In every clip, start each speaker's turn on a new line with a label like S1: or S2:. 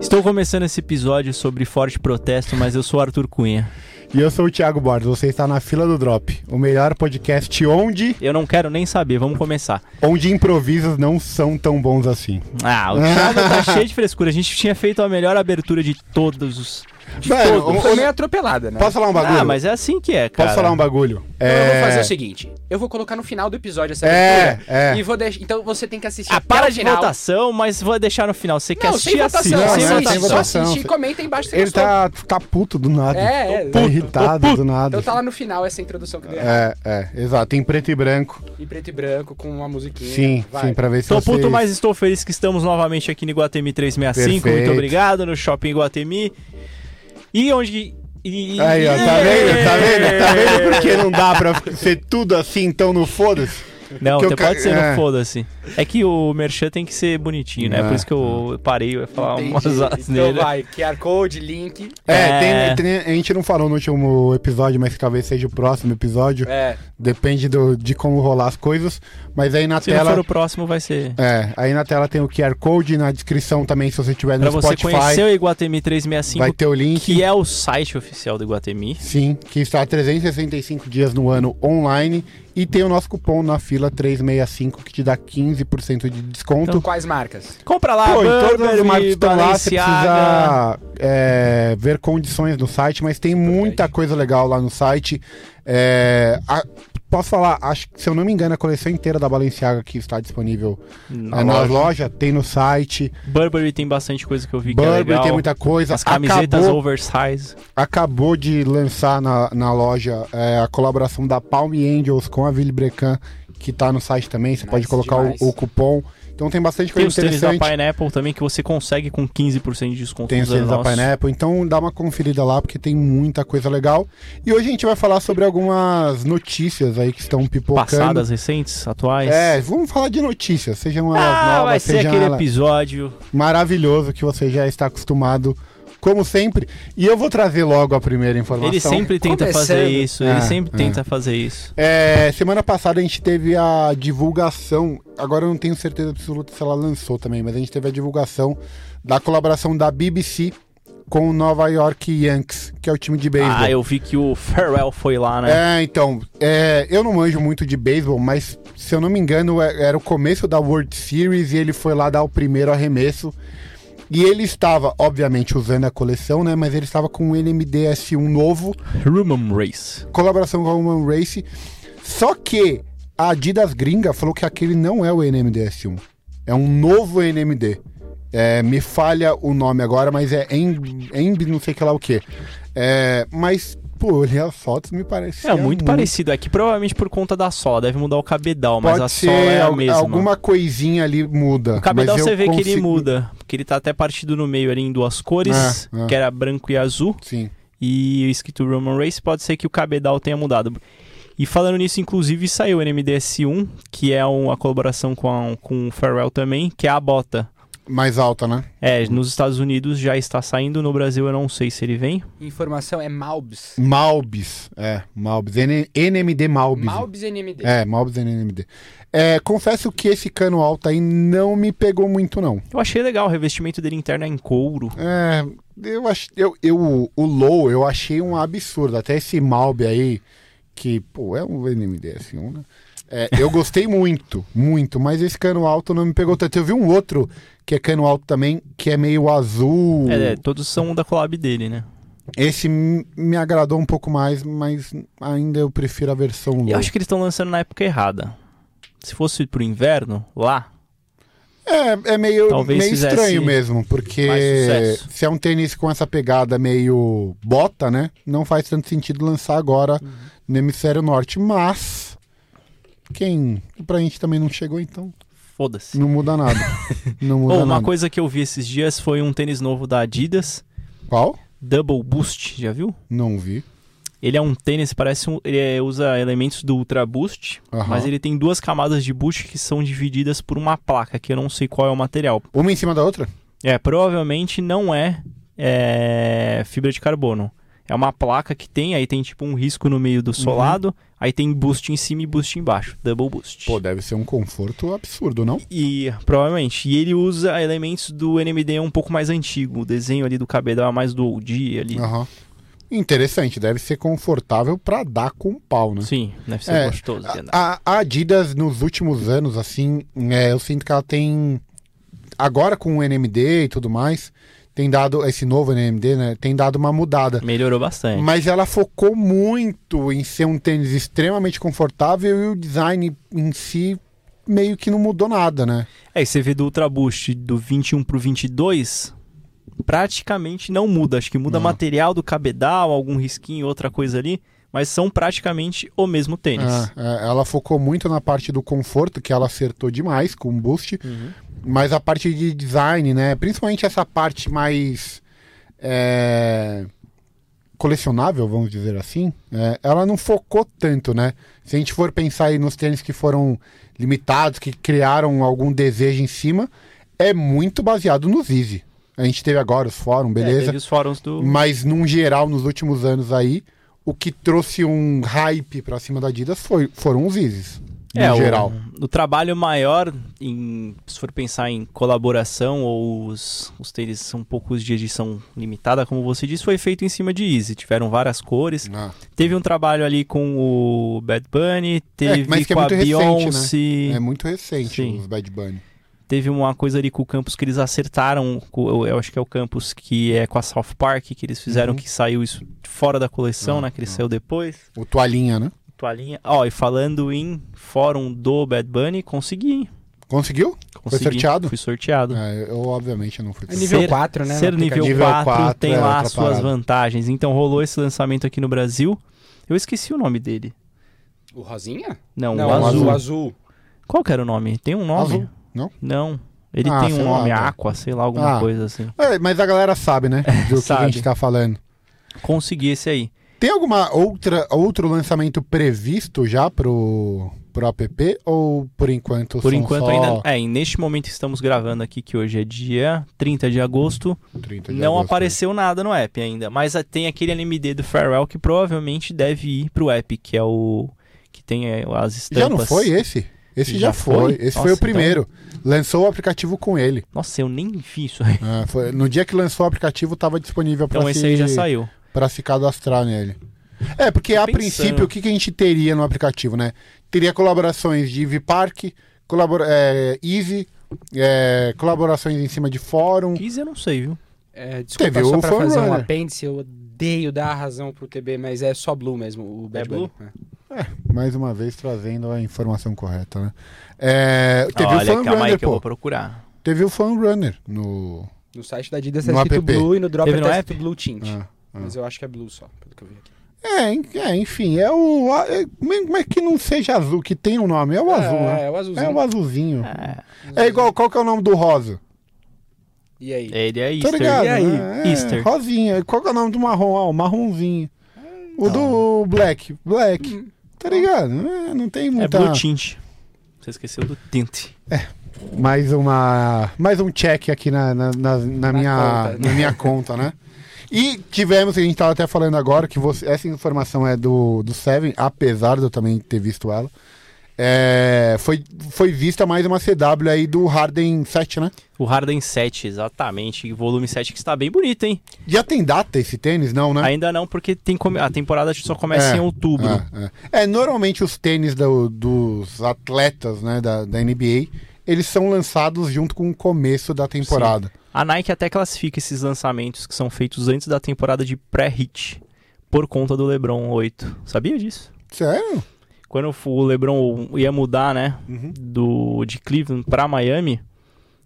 S1: Estou começando esse episódio sobre forte protesto, mas eu sou Arthur Cunha.
S2: E eu sou o Thiago Borges, você está na fila do Drop, o melhor podcast onde,
S1: Eu não quero nem saber, vamos começar.
S2: onde improvisos não são tão bons assim.
S1: Ah, o Thiago tá cheio de frescura. A gente tinha feito a melhor abertura de todos os. De
S2: Mano,
S1: todos.
S2: o-
S3: Foi meio atropelada, né?
S2: Posso falar um bagulho?
S1: Ah, mas é assim que é, cara.
S2: Posso falar um bagulho?
S3: Então eu vou fazer
S2: É,
S3: o seguinte: eu vou colocar no final do episódio essa
S2: É,
S3: abertura.
S2: é.
S3: E vou deixar. Então você tem que assistir.
S1: Ah,
S3: até
S1: para
S3: o
S1: de
S3: final.
S1: votação, mas vou deixar no final. Você quer
S3: assim, Não, sem
S1: assistir,
S3: votação,
S1: assiste.
S3: sem,
S2: Não, não,
S3: votação.
S2: sem
S3: Só
S2: votação.
S3: assistir e comenta aí embaixo se
S2: Ele
S3: gostou.
S2: tá, tá puto do nada.
S3: É, é.
S2: Tô irritado do nada.
S3: Então tá lá no final essa introdução que deu.
S2: É, é, exato. Em preto e branco.
S3: Em preto e branco, com uma musiquinha.
S2: Sim,
S3: vai.
S2: sim, pra ver se
S1: Tô
S2: vocês...
S1: puto, mas estou feliz que estamos novamente aqui no Iguatemi 365. Muito
S2: Perfeito.
S1: obrigado, no Shopping Iguatemi. E onde. E...
S2: Aí, ó, tá vendo? Tá vendo? Tá vendo porque não dá pra ser tudo assim, então não foda-se?
S1: Não,
S2: Que eu
S1: você
S2: ca-
S1: pode ser,
S2: é.
S1: não foda-se. É que o merchan tem que ser bonitinho, né?
S2: É.
S1: Por isso que eu parei eu ia falar
S3: Entendi.
S1: umas
S3: Então
S1: asneiras.
S3: vai, QR Code, link.
S2: É,
S1: É.
S2: tem- tem- a gente não falou no último episódio, mas talvez seja o próximo episódio.
S3: É.
S2: Depende do- de como rolar as coisas. Mas aí na
S1: Se não
S2: tela.
S1: for o próximo, vai ser.
S2: É, aí na tela tem o QR Code, na descrição também, se você tiver
S1: Pra
S2: no
S1: você conhecer
S2: Spotify,
S1: o Iguatemi
S2: vai
S1: 365,
S2: ter o link.
S1: que é o site oficial do Iguatemi.
S2: Sim, que está 365 dias no ano online. E tem o nosso cupom na fila 365 que te dá 15% de desconto.
S3: Então, quais marcas?
S1: Compra lá,
S2: Pô, em todas as
S1: Burberry,
S2: marcas que estão lá, você
S1: Balenciaga.
S2: precisa é, ver condições no site, mas tem muita coisa legal lá no site. É, a- posso falar, acho que se eu não me engano, a coleção inteira da Balenciaga que está disponível
S1: Na
S2: na, na
S1: loja.
S2: loja, tem no site.
S1: Burberry tem bastante coisa que eu vi que é
S2: Burberry
S1: legal.
S2: tem muita coisa.
S1: As camisetas
S2: acabou,
S1: oversize.
S2: acabou de lançar na, na loja é, a colaboração da Palm Angels com a Ville Brecan, que tá no site também. Você
S3: Nice
S2: pode colocar o,
S3: demais.
S2: o cupom. Então tem bastante
S1: Tem
S2: coisa
S1: os tênis da
S2: interessante.
S1: Pineapple também que você consegue com 15% de desconto.
S2: Tem os
S1: usando
S2: tênis da
S1: nosso.
S2: Pineapple, então dá uma conferida lá porque tem muita coisa legal. E hoje a gente vai falar sobre algumas notícias aí que estão pipocando.
S1: Passadas, recentes, atuais.
S2: É, vamos falar de notícias, sejam elas
S1: Ah,
S2: novas,
S1: vai ser
S2: sejam
S1: aquele
S2: elas
S1: episódio.
S2: maravilhoso que você já está acostumado, como sempre. E eu vou trazer logo a primeira informação.
S1: Ele sempre tenta
S3: Começando.
S1: fazer isso. Ele
S2: É,
S1: sempre
S2: é.
S1: tenta fazer isso.
S2: É, semana passada a gente teve a divulgação, agora eu não tenho certeza absoluta se ela lançou também, mas a gente teve a divulgação da colaboração da BBC com o Nova York Yankees, que é o time de beisebol.
S1: Ah, eu vi que o Pharrell foi lá, né?
S2: É, então, é, eu não manjo muito de beisebol, mas se eu não me engano, é- era o começo da World Series e ele foi lá dar o primeiro arremesso. E ele estava, obviamente, usando a coleção, né? Mas ele estava com um NMDS1 novo,
S1: Human Race. É
S2: colaboração com a Human Race. Só que a Adidas gringa falou que aquele não é o NMDS1. É um novo NMD. É, me falha o nome agora, mas é Emb, Emb não sei que lá o que. mas, pô, olhei as fotos, me parece.
S1: É, muito parecido. É que provavelmente por conta da sola. Deve mudar o cabedal, mas a
S2: Pode ser
S1: sola é a
S2: al-
S1: mesma.
S2: alguma coisinha ali muda.
S1: O cabedal
S2: mas eu
S1: você vê que ele
S2: consigo-
S1: muda. Porque ele tá até partido no meio ali em duas cores,
S2: É, é.
S1: que era branco e azul.
S2: Sim.
S1: E escrito Roman Race, pode ser que o cabedal tenha mudado. E falando nisso, inclusive, saiu o NMDS1, que é um- a colaboração com, a- com o Pharrell também, que é a bota.
S2: Mais alta, né?
S1: É, nos Estados Unidos já está saindo, no Brasil eu não sei se ele vem.
S3: Informação é Malbs.
S2: Malbis. É, Malbis. N- NMD Malbis.
S3: Malbs NMD.
S2: É, Malbis NMD. É, confesso que esse cano alto aí não me pegou muito, não.
S1: Eu achei legal, o revestimento dele interno é em couro.
S2: É, eu acho. Eu, eu, o Low eu achei um absurdo. Até esse Malbi aí, que, pô, é um NMDS1, né? É, eu gostei muito, muito, mas esse cano alto não me pegou tanto. Eu vi um outro que é cano alto também, que é meio azul.
S1: É, é, todos são da collab dele, né?
S2: Esse m- me agradou um pouco mais, mas ainda eu prefiro a versão low.
S1: Eu acho que eles estão lançando na época errada. Se fosse pro inverno, lá,
S2: É, é meio,
S1: Talvez
S2: meio
S1: fizesse
S2: estranho mesmo, porque
S1: mais sucesso.
S2: se é um tênis com essa pegada meio bota, né? Não faz tanto sentido lançar agora
S1: Uhum.
S2: no hemisfério norte. Mas quem pra gente também não chegou, então
S1: foda-se.
S2: não muda nada. não muda
S1: Ou uma
S2: nada.
S1: coisa que eu vi esses dias foi um tênis novo da Adidas,
S2: Qual?
S1: Double Boost, já viu?
S2: Não vi. ele
S1: Ele é um tênis, parece um. Ele é- usa elementos do Ultra Boost,
S2: Aham.
S1: mas ele tem duas camadas de boost que são divididas por uma placa, que eu não sei qual é o material.
S2: Uma em cima da outra?
S1: É, provavelmente não é, é, fibra de carbono. É uma placa que tem, aí tem tipo um risco no meio
S2: Uhum.
S1: do solado, aí tem boost em cima e boost embaixo, double boost.
S2: Pô, deve ser um conforto absurdo, não?
S1: E provavelmente. E ele usa elementos do NMD um pouco mais antigo. O desenho ali do cabedal é mais do OG ali.
S2: Aham. Interessante, deve ser confortável pra dar com pau, né?
S1: Sim, deve ser
S2: É,
S1: gostoso de andar.
S2: A, a Adidas, nos últimos anos, assim, é, eu sinto que ela tem. Agora com o NMD e tudo mais, tem dado. Esse novo NMD, né? Tem dado uma mudada.
S1: Melhorou bastante.
S2: Mas ela focou muito em ser um tênis extremamente confortável e o design em si meio que não mudou nada, né?
S1: É, e você vê do Ultra Boost do 21 pro 22, praticamente não muda. Acho que muda
S2: Não.
S1: material do cabedal, algum risquinho, outra coisa ali. Mas são praticamente o mesmo tênis.
S2: É, é, ela focou muito na parte do conforto, que ela acertou demais com o boost,
S1: Uhum.
S2: mas a parte de design, né? Principalmente essa parte mais é, colecionável, vamos dizer assim, é, ela não focou tanto, né? Se a gente for pensar aí nos tênis que foram limitados, que criaram algum desejo em cima, é muito baseado nos Easy. A gente teve agora os fórum,
S1: É,
S2: beleza?
S1: teve os fóruns do.
S2: Mas, num geral, nos últimos anos aí, o que trouxe um hype pra cima da Adidas foi, foram os Isis. No
S1: é,
S2: geral.
S1: O, o trabalho maior, em, se for pensar em colaboração ou os, os tênis são poucos de edição limitada, como você disse, foi feito em cima de Easy. Tiveram várias cores.
S2: Ah,
S1: Teve um trabalho ali com o Bad Bunny, teve
S2: mas que é
S1: com a
S2: muito recente, né?
S1: Beyoncé.
S2: é muito recente
S1: Sim.
S2: os Bad Bunny.
S1: Teve uma coisa ali com o campus que eles acertaram, com- eu, eu acho que é o campus que é com a South Park, que eles fizeram
S2: Uhum.
S1: que saiu isso fora da coleção,
S2: Ah,
S1: né? Que ele
S2: ah.
S1: saiu depois.
S2: O Toalhinha, né?
S1: Toalhinha. Ó, e falando em fórum do Bad Bunny, consegui, hein?
S2: Conseguiu?
S1: Consegui.
S2: sorteado?
S1: Fui sorteado.
S2: É, eu, obviamente, não fui.
S3: É nível
S1: Ser-
S3: 4, né?
S1: Ser
S3: no
S1: nível
S3: aplicativo.
S1: 4,
S2: Nível quatro,
S1: tem
S2: é,
S1: lá
S2: outra
S1: as suas
S2: parada.
S1: vantagens. Então rolou esse lançamento aqui no Brasil. Eu esqueci o nome dele.
S3: O rosinha?
S1: Não,
S3: Não,
S1: o azul.
S3: O azul.
S1: Qual que era o nome? Tem um nome?
S2: Azul, não?
S1: Não. Ele
S2: Ah,
S1: tem um
S2: sei lá,
S1: nome,
S2: tá.
S1: Aqua, sei lá, alguma
S2: Ah.
S1: coisa assim.
S2: É, mas a galera sabe, né? Do que a
S1: sabe.
S2: gente tá falando.
S1: Consegui esse aí.
S2: Tem alguma outra outro lançamento previsto já pro, pro app? Ou por enquanto
S1: Por
S2: são
S1: enquanto
S2: só
S1: ainda. É, e neste momento estamos gravando aqui, que hoje é dia 30 de agosto.
S2: 30 de
S1: não
S2: agosto? né?
S1: apareceu nada no app ainda. Mas ah, tem aquele NMD do Farewell que provavelmente deve ir pro app, que é o. Que tem eh, as estampas.
S2: Já não foi esse? Esse já,
S1: Já
S2: foi.
S1: foi?
S2: Esse
S1: Nossa,
S2: foi o
S1: então-
S2: primeiro. Lançou o aplicativo com ele.
S1: Nossa, eu nem vi isso aí.
S2: Ah, foi- no dia que lançou o aplicativo, tava disponível pra,
S1: Então esse aí já
S2: se,
S1: saiu.
S2: pra se cadastrar nele. É, porque a
S1: pensando.
S2: princípio, o que, que a gente teria no aplicativo, né? Teria colaborações de VPark, colabora é, Easy, é, colaborações em cima de fórum.
S1: Quis eu não sei, viu?
S3: É, desculpa,
S2: Teve
S3: só
S2: o né?
S3: pra
S2: Forerunner.
S3: fazer um apêndice, eu odeio dar a razão pro TB, mas é só Blue mesmo, o
S1: É
S3: Bad
S1: Blue?
S3: Bunny. É.
S2: Mais uma vez, trazendo a informação correta, né? É, teve
S1: Olha, calma
S2: o
S1: aí
S2: FanRunner,
S1: que eu vou
S2: pô.
S1: procurar.
S2: Teve o FanRunner no...
S3: No site da Adidas tá
S2: No
S3: escrito
S2: app.
S3: Blue e no Dropper
S1: Teve no
S3: tá
S1: app?
S3: escrito Blue Tint.
S2: Ah, ah.
S3: Mas eu acho que é Blue só, pelo que eu vi aqui.
S2: É, en- é, enfim, é o... a- é- mas que não seja azul, que tem um nome. É o azul,
S3: é,
S2: né?
S3: é o
S2: É
S3: azulzinho.
S2: o azulzinho.
S1: É,
S2: É igual, qual que é o nome do rosa?
S3: E aí?
S1: ele é
S2: Tá
S1: Easter.
S2: ligado?
S3: E aí?
S2: né? É,
S1: Easter.
S2: Rosinha. Qual que é o nome do marrom? Ah, o marronzinho. O do Black. Black. Tá ligado? É, não tem
S1: É
S2: muita...
S1: Blue Tint. Você esqueceu do tinte.
S2: mais uma... Mais um check aqui na, na, na- na minha,
S3: conta, né?
S2: na minha conta, né? E tivemos, a gente tava até falando agora, que você- essa informação é do, do Seven, apesar de eu também ter visto ela. É, foi, foi vista mais uma CW aí do Harden 7, né?
S1: O Harden 7, exatamente. E Volume 7 que está bem bonito, hein?
S2: Já tem data esse tênis? Não, né?
S1: Ainda não, porque tem come- a temporada só começa
S2: É,
S1: em outubro.
S2: É, é. É, normalmente os tênis do- dos atletas né, da, da NBA, eles são lançados junto com o começo da temporada.
S1: A Nike até classifica esses lançamentos que são feitos antes da temporada de pré-hit, por conta do LeBron 8. Sabia disso?
S2: Sério?
S1: Quando o LeBron ia mudar, né,
S2: Uhum.
S1: do de Cleveland para Miami,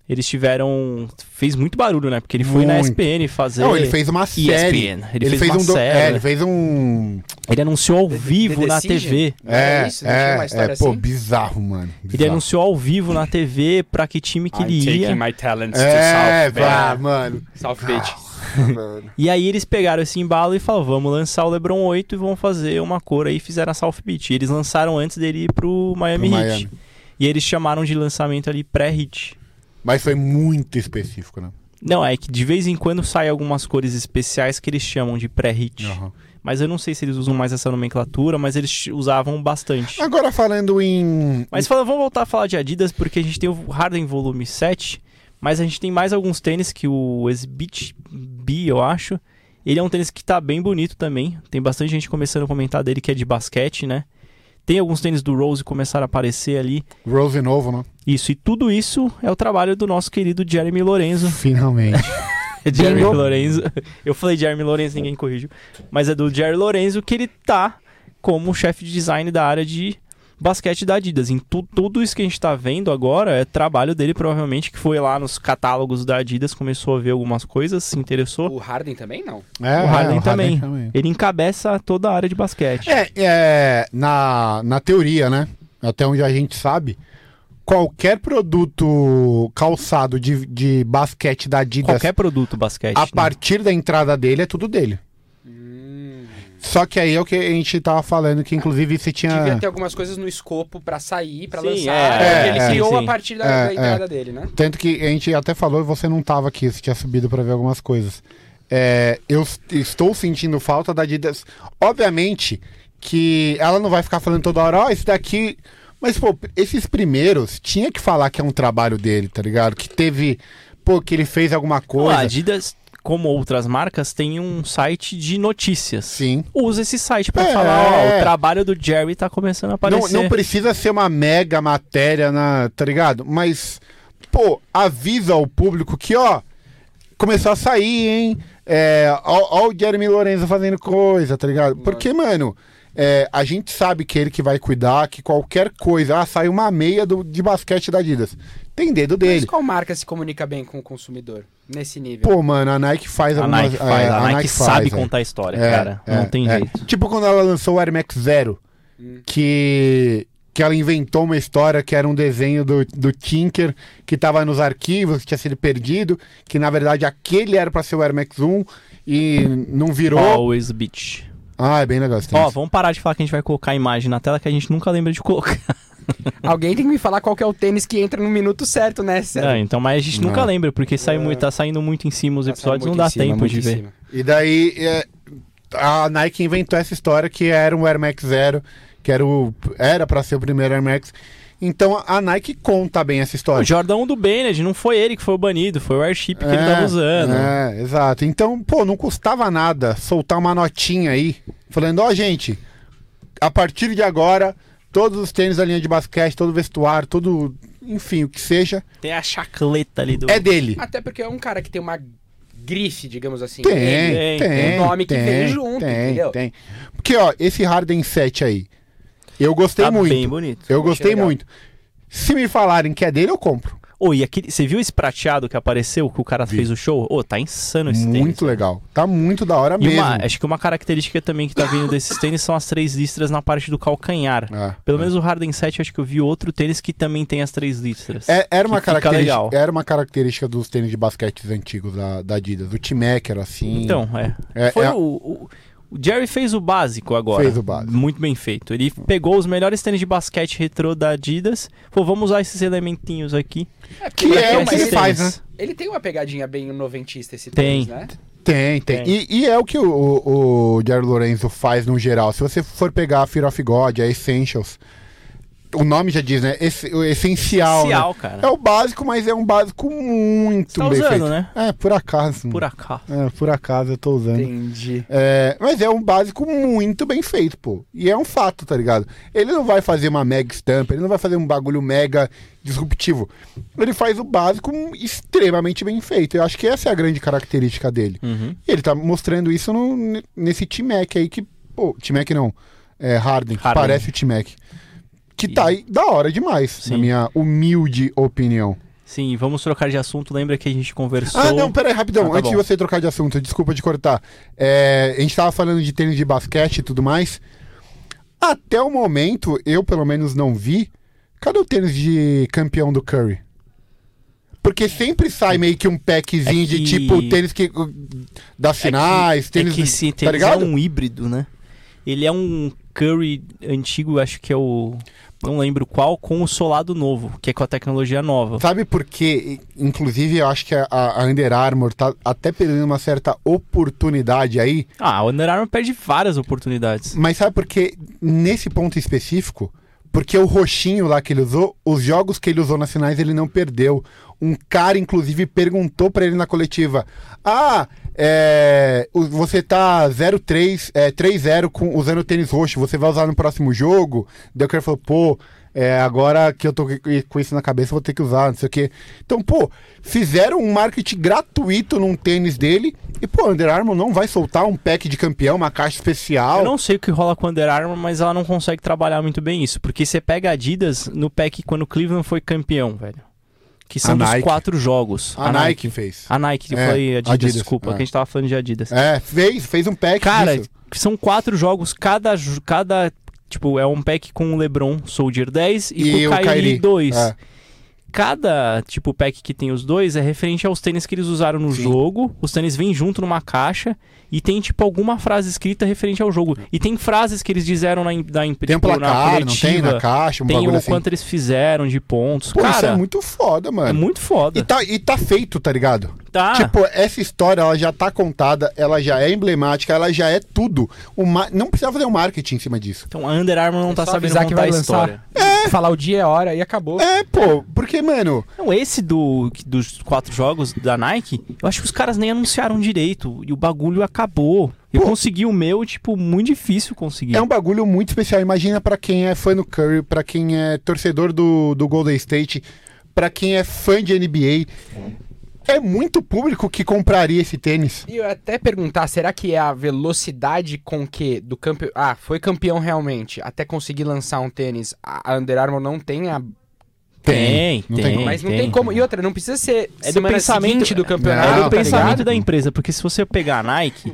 S1: eles tiveram fez muito barulho, né? Porque ele foi na
S2: Muito.
S1: ESPN fazer
S2: Não, ele fez uma série.
S1: ESPN. Ele, fez, uma
S2: um do-
S1: série.
S2: é,
S1: né?
S2: ele fez um.
S1: Ele anunciou ao
S3: The-
S1: vivo
S3: The
S1: na
S3: Decision?
S1: TV.
S3: assim, Não
S2: É,
S3: era
S2: é,
S3: isso? Não tinha uma história
S2: é, pô,
S3: assim?
S2: bizarro, mano.
S1: Ele
S2: Bizarro.
S1: anunciou ao vivo na TV pra que time que ele ia.
S3: my talents
S1: né?
S2: É, vá, Ah. mano.
S3: South Beach.
S2: mano.
S1: E aí eles pegaram esse embalo e falaram, vamos lançar o LeBron 8 e vamos fazer uma cor aí, fizeram a South Beach. E eles lançaram antes dele ir pro Miami
S2: Pro
S1: Heat.
S2: Miami.
S1: E eles chamaram de lançamento ali pré-hit.
S2: Mas foi muito específico, né?
S1: Não, é que de vez em quando saem algumas cores especiais que eles chamam de pré-hit.
S2: Aham.
S1: Mas eu não sei se eles usam mais essa nomenclatura, mas eles usavam bastante.
S2: Agora falando em.
S1: Mas fala, vamos voltar a falar de Adidas, porque a gente tem o Harden Volume 7, mas a gente tem mais alguns tênis que o Exhibit B, eu acho. Ele é um tênis que tá bem bonito também. Tem bastante gente começando a comentar dele que é de basquete, né? Tem alguns tênis do Rose que começaram a aparecer ali.
S2: Rose novo, né?
S1: Isso, e tudo isso é o trabalho do nosso querido Jeremy Lorenzo.
S2: Finalmente.
S1: É Jeremy
S3: Bingo.
S1: Lorenzo. Eu falei Jeremy Lorenzo, ninguém corrigiu. Mas é do Jerry Lorenzo que ele tá como chefe de design da área de basquete da Adidas. Em tu- tudo isso que a gente tá vendo agora é trabalho dele, provavelmente, que foi lá nos catálogos da Adidas, começou a ver algumas coisas, se interessou.
S3: O Harden também não.
S2: É,
S1: o Harden também. Ele encabeça toda a área de basquete.
S2: É, é, na, na teoria, né? Até onde a gente sabe, qualquer produto calçado de, de basquete da Adidas
S1: Qualquer produto basquete.
S2: a
S1: né?
S2: partir da entrada dele é tudo dele.
S3: Hum,
S2: Só que aí é o que a gente tava falando, que inclusive você
S3: devia
S2: tinha.
S3: ter algumas coisas no escopo pra sair, pra
S1: Sim,
S3: lançar.
S1: é,
S3: que ele
S1: é,
S3: criou
S1: sim.
S3: a partir da,
S2: É,
S3: da entrada dele, né?
S2: Tanto que a gente até falou e você não tava aqui, você tinha subido pra ver algumas coisas. É, eu s- estou sentindo falta da Adidas. Obviamente que ela não vai ficar falando toda hora, ó, esse daqui. Mas, pô, esses primeiros tinha que falar que é um trabalho dele, tá ligado? Que teve. Pô, que ele fez alguma
S1: Não,
S2: coisa.
S1: A Adidas, como outras marcas, tem um site de notícias.
S2: Sim.
S1: Usa esse site pra
S2: É.
S1: falar, ó, o trabalho do Jerry tá começando a
S2: Não,
S1: aparecer.
S2: não precisa ser uma mega matéria, na, tá ligado? Mas, pô, avisa ao público que, ó, começou a sair, hein? É, ó, ó o Jeremy Lorenzo fazendo coisa, tá ligado? Porque, mano, é, a gente sabe que ele que vai cuidar, que qualquer coisa, ah, sai uma meia do, de basquete da Adidas. Tem dedo
S3: Mas
S2: dele.
S3: qual marca se comunica bem com o consumidor nesse nível?
S2: Pô, mano, a Nike faz
S1: A
S2: algumas-
S1: Nike faz,
S2: é,
S1: a, Nike, sabe
S2: faz, é.
S1: contar a história,
S2: É,
S1: cara.
S2: é,
S1: não tem
S2: é.
S1: jeito.
S2: Tipo quando ela lançou o Air Max Zero,
S3: Hum.
S2: que, que ela inventou uma história que era um desenho do, do Tinker que tava nos arquivos, que tinha sido perdido, que na verdade aquele era pra ser o Air Max 1 e não virou.
S1: Always Beach.
S2: Ah, é bem legal esse
S1: Ó,
S2: tênis.
S1: vamos parar de falar que a gente vai colocar a imagem na tela que a gente nunca lembra de colocar.
S3: Alguém tem que me falar qual que é o tênis que entra no minuto certo, né? Sério.
S1: Não, então, mas a gente
S2: Não.
S1: nunca lembra, porque sai muito, tá saindo muito em cima os episódios, não
S3: Tá
S1: dá tempo de ver.
S2: E daí é, a Nike inventou essa história que era um Air Max Zero, que era o era para ser o primeiro Air Max. Então a Nike conta bem essa
S1: O
S2: história.
S1: Jordan um do Bennett, não foi ele que foi o banido, foi o airship que ele tava usando.
S2: É, exato. Então, pô, não custava nada soltar uma notinha aí, falando, ó, gente, a partir de agora, todos os tênis da linha de basquete, todo o vestuário, todo, enfim, o que seja,
S1: Tem a chacleta ali do.
S2: é dele.
S3: Até porque é um cara que tem uma grife, digamos assim.
S2: Tem,
S3: Ele-
S2: tem,
S1: tem,
S2: tem.
S3: tem um nome que
S2: tem,
S3: vem junto,
S2: tem,
S3: entendeu?
S2: Tem. Porque, ó, esse Harden 7 aí, eu gostei
S1: tá
S2: muito.
S1: bem bonito.
S2: Eu gostei
S3: legal.
S2: muito. Se me falarem que é dele, eu compro.
S1: Ô, e aquele. Você viu esse prateado que apareceu, que o cara fez o show? Ô, tá insano esse tênis.
S2: Muito legal. Tá muito da hora
S1: E
S2: mesmo.
S1: uma, é acho que uma característica também que tá vindo desses tênis são as três listras na parte do calcanhar.
S2: É.
S1: Pelo menos o Harden 7, acho que eu vi outro tênis que também tem as três listras.
S2: É- era,
S1: que
S2: uma
S1: fica
S2: característica,
S1: legal.
S2: era uma característica dos tênis de basquete antigos da, da Adidas. O T-Mac era assim.
S1: Então, é.
S2: É,
S1: Foi
S2: é-
S1: O, o- o Jerry fez o básico agora.
S2: Fez o básico.
S1: Muito bem feito. Ele pegou os melhores tênis de basquete retrô da Adidas. Pô, vamos usar esses elementinhos aqui.
S3: É, porque
S2: Que
S3: ele
S2: é
S3: tem
S2: o
S3: uma-
S2: que ele
S3: ele,
S2: faz,
S1: tênis.
S3: ele tem uma pegadinha bem noventista esse
S1: Tem.
S3: tênis, né?
S2: Tem, tem.
S1: Tem.
S2: E, e é o que o, o, o Jair Lorenzo faz no geral. Se você for pegar a Fear of God, a Essentials, o nome já diz, né? Esse, o essencial. né?
S1: Social, cara.
S2: É o básico, mas é um básico muito
S1: Você tá
S2: bem
S1: usando,
S2: feito.
S1: né?
S2: É, por acaso.
S1: Por acaso.
S2: É, por acaso eu tô usando.
S3: Entendi.
S2: É, mas é um básico muito bem feito, pô. E é um fato, tá ligado? Ele não vai fazer uma mega estampa, ele não vai fazer um bagulho mega disruptivo. Ele faz o básico extremamente bem feito. Eu acho que essa é a grande característica dele.
S1: Uhum.
S2: E ele tá mostrando isso no- ne- nesse T-Mac aí que. Pô, T-Mac não. É Harden, que
S1: Harden.
S2: parece o T-Mac. Que tá aí da hora demais,
S1: Sim.
S2: na minha humilde opinião.
S1: Sim, vamos trocar de assunto. Lembra que a gente conversou.
S2: Ah, não, peraí, rapidão.
S1: Ah, tá
S2: Antes de
S1: bom.
S2: você trocar de assunto, desculpa de cortar. É, a gente tava falando de tênis de basquete e tudo mais. Até o momento, eu pelo menos não vi. Cadê o tênis de campeão do Curry? Porque sempre sai meio que um packzinho
S1: É
S2: de
S1: que-
S2: tipo tênis que. uh, dá
S1: É que-
S2: sinais,
S1: é
S2: tênis.
S1: que esse
S2: tá
S1: tênis é
S2: ligado?
S1: um híbrido, né? Ele é um Curry antigo, acho que é o. Não lembro qual, com o solado novo, que é com a tecnologia nova.
S2: Sabe por quê? E, Inclusive, eu acho que a, a Under Armour tá até perdendo uma certa oportunidade aí.
S1: Ah, o Under Armour perde várias oportunidades.
S2: Mas sabe por quê? Nesse ponto específico, porque o roxinho lá que ele usou, os jogos que ele usou nas finais ele não perdeu. Um cara, inclusive, perguntou pra ele na coletiva: Ah, é, o- você tá 0-3, é, 3-0 com- usando o tênis roxo, você vai usar no próximo jogo? Daí o cara falou: Pô, é, agora que eu tô com- com isso na cabeça, eu vou ter que usar, não sei o quê. Então, pô, fizeram um marketing gratuito num tênis dele e, pô, a Under Armour não vai soltar um pack de campeão, uma caixa especial.
S1: Eu não sei o que rola com a Under Armour, mas ela não consegue trabalhar muito bem isso. Porque você pega a Adidas no pack quando o Cleveland foi campeão, velho. Que são
S2: A
S1: dos
S2: Nike.
S1: quatro jogos.
S2: A, Nike fez.
S1: A Nike, que
S2: É,
S1: foi Adidas,
S2: Adidas,
S1: desculpa,
S2: é.
S1: que a gente tava falando de Adidas.
S2: É, fez, fez um pack.
S1: Cara,
S2: disso.
S1: são quatro jogos, cada, ju- cada tipo, é um pack com o LeBron Soldier 10 e,
S2: E
S1: com
S2: o
S1: o Kyrie
S2: Kyrie,
S1: 2.
S2: é.
S1: Cada, tipo, pack que tem os dois é referente aos tênis que eles usaram no
S2: Sim.
S1: jogo. Os tênis vêm junto numa caixa e tem, tipo, alguma frase escrita referente ao jogo. E tem frases que eles disseram na, im- da empresa,
S2: tem um
S1: tipo, na
S2: placar, não
S1: coletiva.
S2: tem na caixa, um
S1: Tem
S2: bagulho
S1: o
S2: assim.
S1: quanto eles fizeram de pontos.
S2: Pô, isso
S1: Cara,
S2: é muito foda,
S1: é
S2: mano.
S1: muito
S2: E,
S1: foda.
S2: tá, e tá feito, tá ligado?
S1: Tá.
S2: Tipo, essa história, ela já tá contada, ela já é emblemática, ela já é tudo. O ma- Não precisa fazer um marketing em cima disso.
S1: Então a Under Armour não
S3: É
S1: tá
S3: só
S1: sabendo
S3: avisar
S1: contar a história.
S3: É. Falar o dia e a hora e acabou.
S2: É, pô, porque, mano,
S1: Não, esse do, dos quatro jogos da Nike, eu acho que os caras nem anunciaram direito. E o bagulho acabou. Eu
S2: Pô.
S1: consegui o meu, tipo, muito difícil conseguir.
S2: é um bagulho muito especial. Imagina pra quem é fã do Curry, pra quem é torcedor do, do Golden State, pra quem é fã de NBA. É muito público que compraria esse tênis.
S3: E eu até perguntar, será que é a velocidade com que do campeão... Ah, foi campeão realmente, até conseguir lançar um tênis. A a Under Armour não tem a...
S1: Tem,
S2: Não tem
S1: tem,
S2: como.
S3: Mas não tem como. E outra, não precisa ser
S1: É do
S3: semana
S1: pensamento-
S3: seguinte do campeonato,
S1: É do
S2: tá
S1: pensamento
S3: ligado?
S1: da empresa, porque se você pegar a Nike,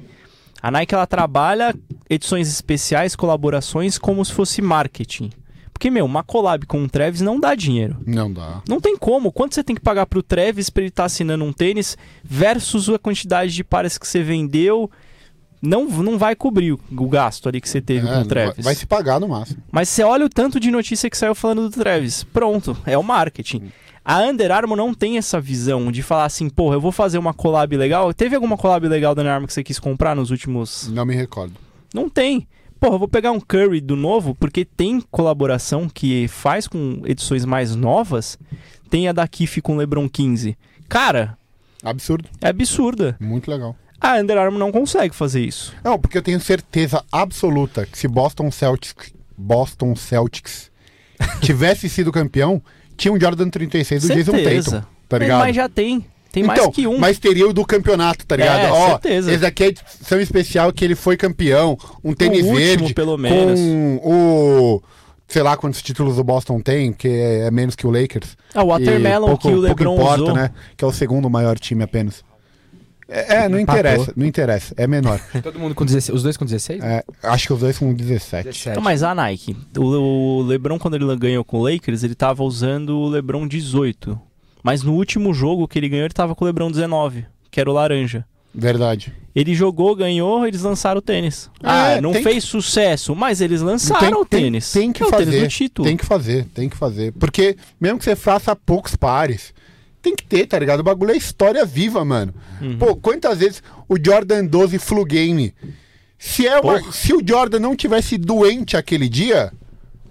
S1: a Nike ela trabalha edições especiais, colaborações, como se fosse marketing. Porque, meu, uma collab com o Travis não dá dinheiro.
S2: Não dá.
S1: Não tem como. Quanto você tem que pagar pro Travis pra ele estar assinando um tênis versus a quantidade de pares que você vendeu? Não, não vai cobrir o- o gasto ali que você teve
S2: É,
S1: com o
S2: não vai,
S1: Travis.
S2: vai se pagar no máximo.
S1: Mas você olha o tanto de notícia que saiu falando do Travis. Pronto, é o marketing. A Under Armour não tem essa visão de falar assim, porra, eu vou fazer uma collab legal. Teve alguma collab legal da Under Armour que você quis comprar nos últimos
S2: Não me recordo.
S1: não tem. Porra, eu vou pegar um Curry do novo, porque tem colaboração que faz com edições mais novas. Tem a da Kiff com LeBron 15. Cara,
S2: Absurdo.
S1: é absurda.
S2: Muito legal.
S1: A Under Armour não consegue fazer isso.
S2: Não, porque eu tenho certeza absoluta que se Boston Celtics, Boston Celtics tivesse sido campeão, tinha um Jordan 36 do Jason
S1: certeza.
S2: Tatum, tá ligado?
S1: Mas já tem. Tem mais
S2: então,
S1: que um.
S2: mas teria o do campeonato, tá ligado?
S1: É,
S2: Ó,
S1: certeza.
S2: esse aqui é a edição especial que ele foi campeão, um
S1: o
S2: tênis
S1: último,
S2: verde
S1: pelo menos.
S2: com o sei lá quantos títulos o Boston tem, que é menos que o Lakers.
S1: Ah, o Watermelon
S2: E pouco-
S1: que o
S2: pouco
S1: LeBron
S2: importa,
S1: usou.
S2: né? Que é o segundo maior time apenas. É, é, não
S3: Empatou.
S2: interessa, não interessa, é menor.
S3: Todo mundo com 16, os dois com 16?
S2: É, acho que os dois são 17.
S3: 17.
S1: Então, mas a Nike, o, o LeBron quando ele ganhou com o Lakers, ele tava usando o LeBron 18. Mas no último jogo que ele ganhou, ele tava com o LeBron 19, que era o laranja.
S2: Verdade.
S1: Ele jogou, ganhou, eles lançaram o tênis.
S2: É,
S1: ah, não
S2: tem
S1: fez sucesso, mas eles lançaram
S2: Tem-
S1: o
S2: tem-
S1: tênis.
S2: tem que
S1: é o tênis
S2: fazer,
S1: do título.
S2: Tem que fazer, tem que fazer. Porque mesmo que você faça poucos pares, tem que ter, tá ligado? O bagulho é história viva, mano. Pô, quantas vezes o Jordan 12 flu game? Se, é uma- se o Jordan não tivesse doente aquele dia,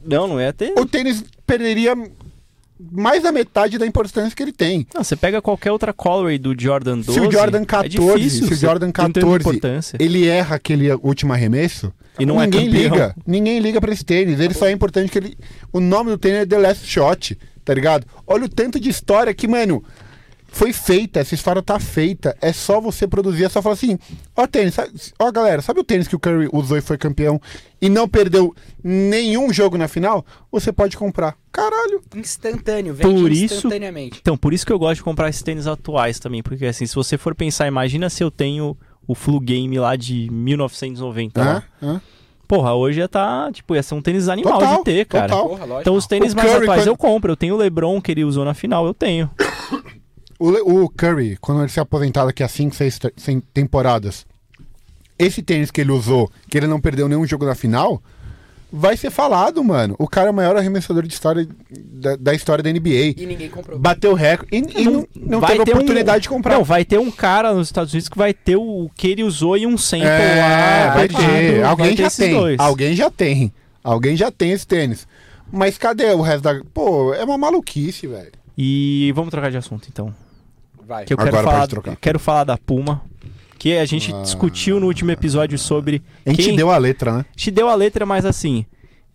S1: Não, não é tênis.
S2: o tênis perderia mais da metade da importância que ele tem.
S1: Não, você pega qualquer outra colorway do Jordan 12.
S2: Se o Jordan
S1: é
S2: 14,
S1: difícil,
S2: se o
S1: você
S2: Jordan
S1: tem tanta
S2: 14,
S1: importância.
S2: ele erra aquele último arremesso,
S1: E não é
S2: ninguém
S1: campeão.
S2: liga, ninguém liga pra esse tênis. Ele só é importante que ele, o nome do tênis é The Last Shot, tá ligado? Olha o tanto de história que, mano, foi feita, essa história tá feita. É só você produzir, é só falar assim, ó tênis, sabe- ó galera, sabe o tênis que o Curry usou e foi campeão e não perdeu nenhum jogo na final? Você pode comprar. Caralho.
S3: Instantâneo, vende
S1: Por isso-
S3: instantaneamente.
S1: Então, por isso que eu gosto de comprar esses tênis atuais também, porque assim, se você for pensar, imagina se eu tenho o Flu Game lá de 1990.
S2: Hã?
S1: lá.
S2: né? Hã?
S1: Porra, hoje ia tá, tipo, ia ser um tênis animal
S2: Total,
S1: de ter, cara.
S2: total.
S3: Porra, lógico.
S1: Então os tênis
S2: O
S1: mais
S2: Curry,
S1: atuais
S2: quando-
S1: eu compro. Eu tenho o LeBron que ele usou na final, eu tenho.
S2: O, Le- o Curry, quando ele se aposentar daqui a 5, 6 temporadas, esse tênis que ele usou, que ele não perdeu nenhum jogo na final, vai ser falado, mano. O cara é o maior arremessador de história, da, da história da NBA.
S3: E ninguém comprou.
S2: Bateu recorde e, e não, não
S1: vai
S2: teve
S1: ter um-
S2: oportunidade de comprar.
S1: Não, vai ter um cara nos Estados Unidos que vai ter o, o que ele usou e um sample
S2: É,
S1: lá.
S2: vai
S1: batido.
S2: ter.
S1: Vai
S2: Alguém
S1: ter
S2: já
S1: esses
S2: tem.
S1: dois.
S2: Alguém já tem. Alguém já tem esse tênis. Mas cadê o resto da. Pô, é uma maluquice, velho.
S1: E vamos trocar de assunto então.
S3: Vai.
S1: Que eu
S2: Agora
S1: quero
S2: pode
S1: falar,
S2: trocar.
S1: quero falar da Puma. Que a gente
S2: Ah.
S1: discutiu no último episódio sobre.
S2: A gente
S1: quem-
S2: deu a letra, né?
S1: te deu a letra, mas assim.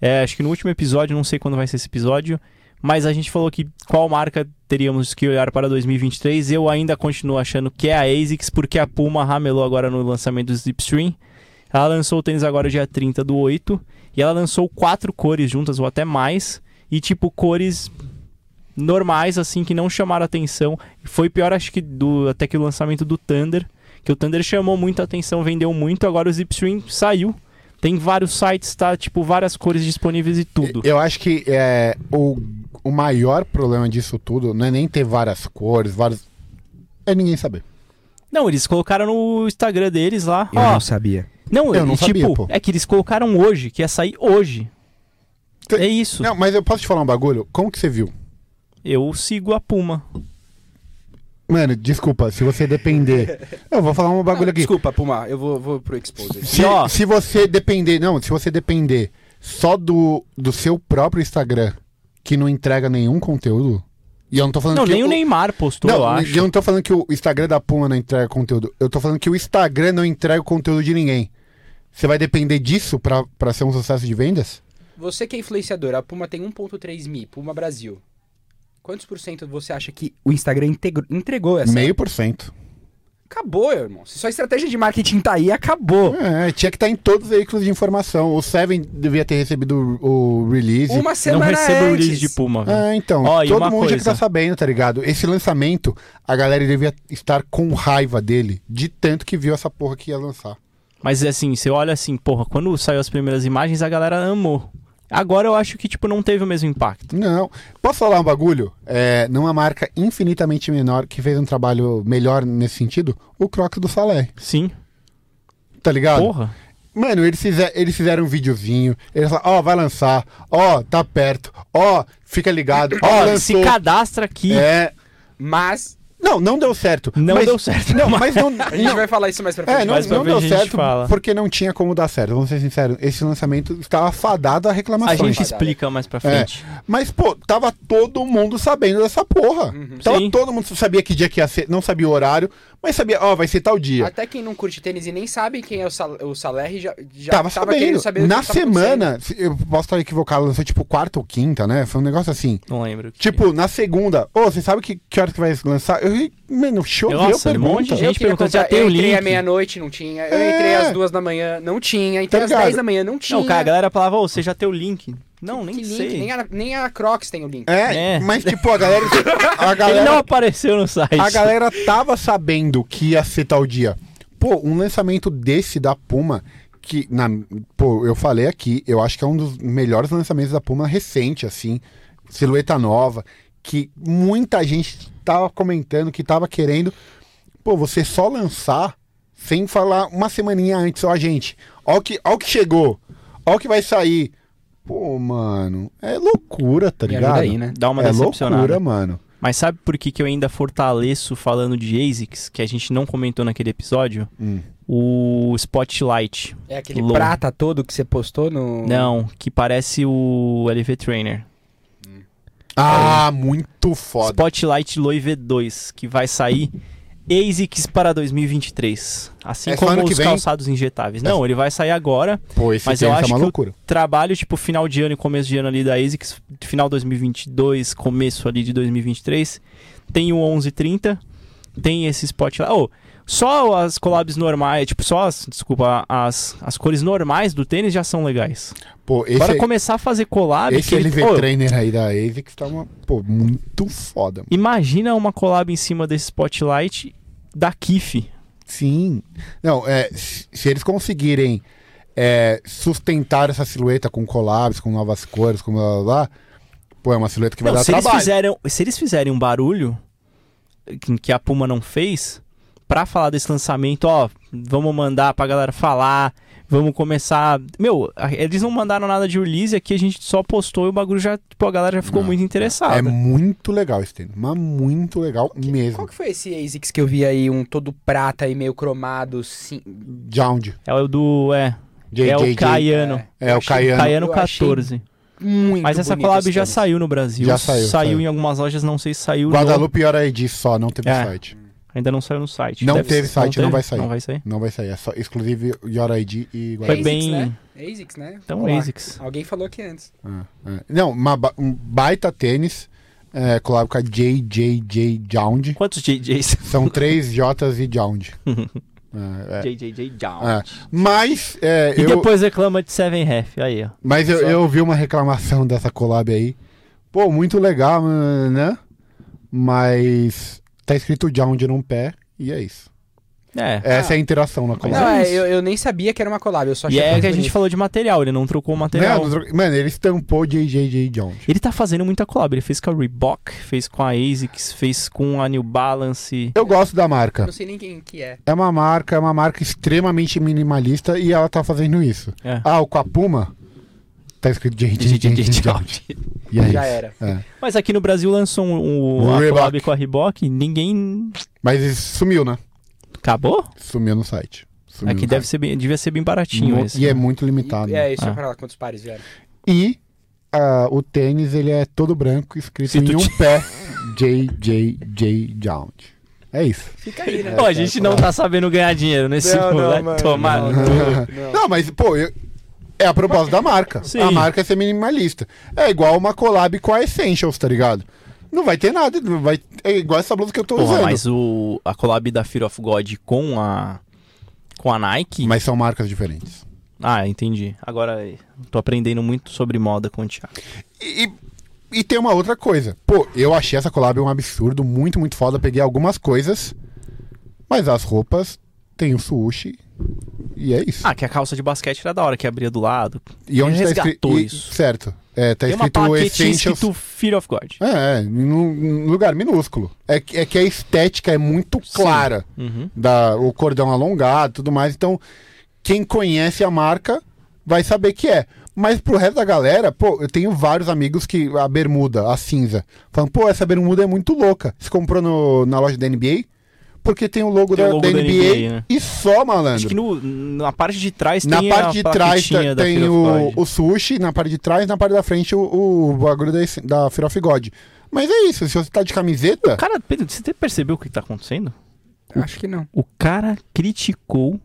S1: é, acho que no último episódio, não sei quando vai ser esse episódio, mas a gente falou que qual marca teríamos que olhar para 2023. Eu ainda continuo achando que é a ASICS, porque a Puma ramelou agora no lançamento do Slipstream. Ela lançou o tênis agora dia 30 do 8. E ela lançou quatro cores juntas, ou até mais. E tipo, cores normais, assim, que não chamaram atenção. Foi pior, acho que, do, até que o lançamento do Thunder. Que o Thunder chamou muito a atenção, vendeu muito. Agora o Slipstream saiu. Tem vários sites, tá? Tipo, várias cores disponíveis e tudo.
S2: Eu acho que é, o, o maior problema disso tudo não é nem ter várias cores, vários. É ninguém saber.
S1: Não, eles colocaram no Instagram deles lá.
S4: Eu
S1: ó,
S4: não sabia.
S1: não,
S2: eu não
S1: tipo,
S2: sabia, pô.
S1: é que eles colocaram hoje, que ia sair hoje.
S2: Tem-
S1: É isso.
S2: Não, mas eu posso te falar um bagulho? Como que você viu?
S1: Eu sigo a Puma.
S2: Mano, desculpa, se você depender. eu vou falar um bagulho aqui.
S3: Desculpa, Puma, eu vou, vou pro Exposed.
S2: Se,
S1: E, ó.
S2: se você depender, não, se você depender só do, do seu próprio Instagram, que não entrega nenhum conteúdo, e eu não tô falando
S1: Não,
S2: que
S1: nem
S2: o,
S1: o Neymar postou, eu
S2: não,
S1: acho.
S2: eu não tô falando que o Instagram da Puma não entrega conteúdo. Eu tô falando que o Instagram não entrega o conteúdo de ninguém. Você vai depender disso pra, pra ser um sucesso de vendas?
S3: Você que é influenciador, a Puma tem 1.3 mi, Puma Brasil. Quantos por cento você acha que o Instagram integro- entregou essa?
S2: Meio por cento.
S3: Acabou, irmão. Se sua estratégia de marketing tá aí, acabou.
S2: É, tinha que estar em todos os veículos de informação. O Seven devia ter recebido o, o release.
S3: Uma
S1: Não
S2: um
S3: semana
S1: recebo o
S3: antes.
S1: release de Puma, velho.
S2: Ah, então.
S1: Ó, e
S2: todo
S1: uma
S2: mundo já que tá
S1: coisa.
S2: sabendo, tá ligado? Esse lançamento, a galera devia estar com raiva dele, de tanto que viu essa porra que ia lançar.
S1: Mas assim, você olha assim, porra, quando saiu as primeiras imagens, a galera amou. Agora eu acho que, tipo, não teve o mesmo impacto.
S2: Não. Posso falar um bagulho? É, numa marca infinitamente menor que fez um trabalho melhor nesse sentido? O Crocs do Salé.
S1: Sim.
S2: Tá ligado?
S1: Porra.
S2: Mano, eles, fize- eles fizeram um videozinho. Eles falaram, ó, vai lançar. Ó, tá perto. Ó, fica ligado. Ó,
S1: Ó,
S2: lançou.
S1: se cadastra aqui.
S2: É.
S3: Mas
S2: Não, não deu certo.
S1: Não
S2: Mas-
S1: deu certo.
S2: Não, mas não.
S3: a gente
S2: não-
S3: vai falar isso mais pra frente.
S2: É, não,
S1: Mais pra
S2: não
S1: frente
S2: deu
S1: a gente
S2: certo
S1: fala.
S2: porque não tinha como dar certo. Vamos ser sinceros, esse lançamento estava fadado a
S1: a
S2: reclamações.
S1: gente explica mais
S2: É.
S1: pra frente.
S2: Mas, pô, tava todo mundo sabendo dessa porra.
S3: Uhum,
S2: Tava
S1: Sim.
S2: todo mundo sabia que dia que ia ser, não sabia o horário, mas sabia, ó, vai ser tal dia.
S3: Até quem não curte tênis e nem sabe quem é o, Sal o Saler já, já
S2: tava, sabendo.
S3: querendo saber o que tá
S2: Na
S3: tava
S2: semana, se- eu posso estar equivocado, lançou tipo quarta ou quinta, né? Foi um negócio assim.
S1: Não lembro. o que-
S2: Tipo, na segunda, ô, você sabe que, que hora que vai lançar? Eu, ri- mano, choveu
S1: Nossa, um
S2: pergunta.
S1: monte de
S3: acontecendo. Eu
S1: Gente,
S3: queria
S1: perguntou,
S3: comprar-
S1: já tem
S3: eu
S1: o
S3: entrei
S1: link?
S3: à meia-noite, não tinha. Eu
S2: É.
S3: entrei às duas da manhã, não tinha. Entrei
S2: Tá
S3: às
S2: ligado?
S3: 10 da manhã, não tinha.
S1: é. Não, cara, a galera falava, ô, você já tem o link? Não,
S3: Que
S1: nem
S3: link?
S1: sei.
S3: Nem, a, nem a Crocs tem o link.
S2: É,
S1: É.
S2: mas tipo, a galera. A galera
S1: Ele não apareceu no site.
S2: A galera tava sabendo que ia ser tal dia. Pô, um lançamento desse da Puma, que, na, pô, eu falei aqui, eu acho que é um dos melhores lançamentos da Puma recente, assim, silhueta nova, que muita gente tava comentando que tava querendo. Pô, você só lançar sem falar uma semaninha antes, ó, gente, ó o que, ó o que chegou, ó o que vai sair. Pô, mano, é loucura, tá
S3: Me ajuda
S2: ligado?
S3: aí, né?
S1: Dá uma
S2: é
S1: decepcionada.
S2: loucura, mano.
S1: Mas sabe por que, que eu ainda fortaleço falando de ASICS, que a gente não comentou naquele episódio?
S2: Hum.
S1: O Spotlight.
S3: É aquele
S1: Low.
S3: prata todo que você postou
S2: Hum.
S3: no.
S1: Não, que parece o LV Trainer.
S2: Ah, muito foda.
S1: Spotlight Low V2, que vai sair ASICS para 2023. Assim
S2: É só
S1: como
S2: ano que
S1: os
S2: vem? É.
S1: calçados injetáveis. Não, ele vai sair agora.
S2: Pô, esse
S1: Mas
S2: tênis
S1: eu
S2: é
S1: acho
S2: uma
S1: que o
S2: loucura.
S1: Trabalho, tipo, final de ano e começo de ano ali da ASICS. Final 2022, começo ali de 2023. Tem o 1130. Tem esse Spotlight. Oh, só as collabs normais, tipo, só as, desculpa, as, as cores normais do tênis já são legais.
S2: Pô,
S1: Bora
S2: esse, é-
S1: começar a fazer collab.
S2: esse
S1: que ele-
S2: LV
S1: Ô,
S2: Trainer aí da ASICS tá uma, pô, muito foda. mano.
S1: Imagina uma collab em cima desse Spotlight da Kif.
S2: Sim. Não, é, se se eles conseguirem é, sustentar essa silhueta com collabs, com novas cores, com blá blá blá, pô, é uma silhueta que vai
S1: Não,
S2: dar
S1: se, eles
S2: trabalho.
S1: fizeram, se eles fizerem um barulho que- que a Puma não fez, pra falar desse lançamento, ó, vamos mandar pra galera falar, Vamos começar. Meu, a- eles não mandaram nada de release aqui, a gente só postou e o bagulho já. Tipo, a galera já ficou
S2: Não.
S1: muito interessada.
S2: É muito legal esse tênis, mas muito legal mesmo.
S3: Qual que foi esse ASICS que eu vi aí, um todo prata e meio cromado, sim...
S2: Jound.
S1: É o do. É.
S2: JJJ.
S1: é o Caiano.
S2: É, o Caiano.
S1: Caiano
S3: Eu achei
S1: 14.
S3: Muito
S1: Mas essa
S3: bonito
S1: collab
S3: esse
S1: já
S3: tênis.
S1: saiu no Brasil.
S2: Já saiu, saiu.
S1: em algumas lojas, não sei se saiu. no-
S2: Guadalupe Hora Edi só, não teve
S1: É.
S2: site.
S1: Ainda não saiu no site.
S2: Não teve site, não
S1: teve?
S2: vai sair.
S1: Não vai sair.
S2: Não vai sair, é só exclusive Hora Edi e
S1: Foi
S2: Guadalupe.
S1: bem.
S3: né? ASICS, né?
S1: Então,
S3: Olá.
S1: ASICS.
S3: Alguém falou aqui antes.
S2: Ah, ah. Não, uma ba- um baita tênis, é, colado com a JJJ Jound.
S1: Quantos JJs?
S2: São três J's e Jound. É, é.
S1: JJJ Down.
S2: É. Mas, é,
S1: E
S2: eu,
S1: depois reclama de Seven Ref. Aí, ó.
S2: mas eu,
S3: Só-
S2: eu vi uma reclamação dessa collab aí. Pô, muito legal, né? Mas tá escrito Jound num pé e é isso.
S1: É.
S2: Essa é a interação na
S1: Mas
S3: não,
S2: collab.
S1: é
S3: é,
S1: isso.
S3: eu, eu nem sabia que era uma collab, eu
S2: tá
S3: só
S1: E
S3: achei
S1: é
S3: muito
S1: que a gente
S3: bonito.
S1: falou de material, ele não trocou o material.
S2: Não, não troca- Né, mano, ele estampou JJJ Jound.
S1: Ele tá fazendo muita collab. Ele fez com a Reebok, fez com a ASICS, fez com a New Balance.
S2: Eu gosto da marca.
S3: Não sei nem quem que é.
S2: É uma marca, é uma marca extremamente minimalista e ela tá fazendo isso.
S1: É.
S2: Ah, o com a Puma tá escrito JJJ Jound. E é
S3: Já
S2: isso.
S3: era.
S2: É.
S1: Mas aqui no Brasil lançou um,
S2: O
S1: um, a
S2: Reebok.
S1: collab com a Reebok. Ninguém.
S2: Mas isso sumiu, né?
S1: Acabou?
S2: Sumiu no site. Sumiu
S1: Aqui
S2: no
S1: deve
S2: site.
S1: ser bem, devia ser bem baratinho
S2: Mu-
S1: esse.
S2: E é
S1: né?
S2: muito limitado.
S3: E, é isso,
S1: Ah.
S3: eu falar quantos pares vieram.
S2: E ah, o tênis, ele é todo branco, escrito
S1: Se tu
S2: em um pé. JJJ Jound. É isso.
S3: Fica aí, né?
S1: Pô, a gente não tá sabendo ganhar dinheiro nesse
S3: Não, não,
S1: mundo, né?
S3: mano,
S1: Tomar.
S3: não,
S1: no cu.
S3: não.
S2: Não, mas, pô, eu- é a proposta da marca.
S1: Sim.
S2: A marca é ser minimalista. É igual uma collab com a Essentials, tá ligado? Não vai ter nada. não vai... É igual essa blusa que eu tô
S1: Porra,
S2: usando. Mas...
S1: mas o, a collab da Fear of God com a. Com a Nike?
S2: são marcas diferentes.
S1: Ah, entendi. Agora tô aprendendo muito sobre moda com o Thiago.
S2: E, e- e tem uma outra coisa. Pô, eu achei essa collab um absurdo, muito, muito foda. Peguei algumas coisas, mas as roupas tem o sushi. E é isso.
S1: Ah, que a calça de basquete era da hora, que abria do lado.
S2: e onde tá escri-
S1: resgatou
S2: e-
S1: isso.
S2: Certo. É, tá
S1: Tem uma
S2: escrito
S1: plaquetinha
S2: Essentials.
S1: escrito Fear of God.
S2: É, é, num num lugar minúsculo. É, que- é que a estética é muito clara.
S1: Uhum.
S2: da, o cordão alongado e tudo mais. Então, quem conhece a marca vai saber que é. Mas pro resto da galera, pô, eu tenho vários amigos que a bermuda, a cinza, falam, pô, essa bermuda é muito louca. Você comprou no- na loja da NBA? Porque tem o logo,
S1: Tem o
S2: da,
S1: logo
S2: da
S1: da
S2: NBA,
S1: NBA, né?
S2: e só,
S1: Acho
S2: malandro.
S1: que no- na parte de trás
S2: Na
S1: tem
S2: parte de
S1: a
S2: trás tá-
S1: plaquetinha da
S2: tem
S1: Fear
S2: o,
S1: of God.
S2: o sushi, na parte de trás, na parte da frente o, o bagulho da, da Fear of God. Mas é isso, se você tá de camiseta,
S1: Cara, Pedro, você percebeu o que tá acontecendo?
S3: Acho que não.
S1: O cara criticou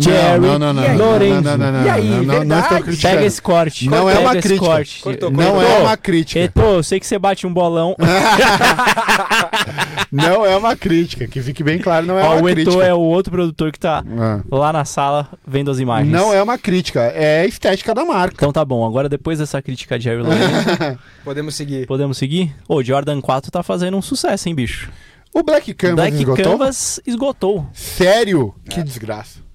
S2: Não,
S1: Jerry
S2: não, não, não, não,
S1: Lorenzo.
S2: não, não, não,
S3: E aí,
S2: não, não, não estou
S3: verdade?
S2: criticando.
S1: Pega esse corte.
S2: Não é
S1: pega
S2: uma
S1: esse
S2: crítica.
S1: corte.
S3: Cortou,
S2: Não
S3: cortou.
S2: é uma crítica.
S1: Etô, eu sei que você bate um bolão.
S2: Não é uma crítica. Que fique bem claro, não é
S1: Ó, o
S2: uma
S1: Etô
S2: crítica.
S1: é o outro produtor que tá
S2: Ah.
S1: lá na sala vendo as imagens.
S2: Não é uma crítica, é a estética da marca.
S1: Então tá bom, agora depois dessa crítica de Jerry Lorenzo,
S3: Podemos seguir.
S1: podemos seguir? Ô, Jordan 4 tá fazendo um sucesso, hein, bicho?
S2: O Black Canvas
S1: Black
S2: esgotou?
S1: Canvas esgotou.
S2: Sério?
S3: É.
S2: Que desgraça.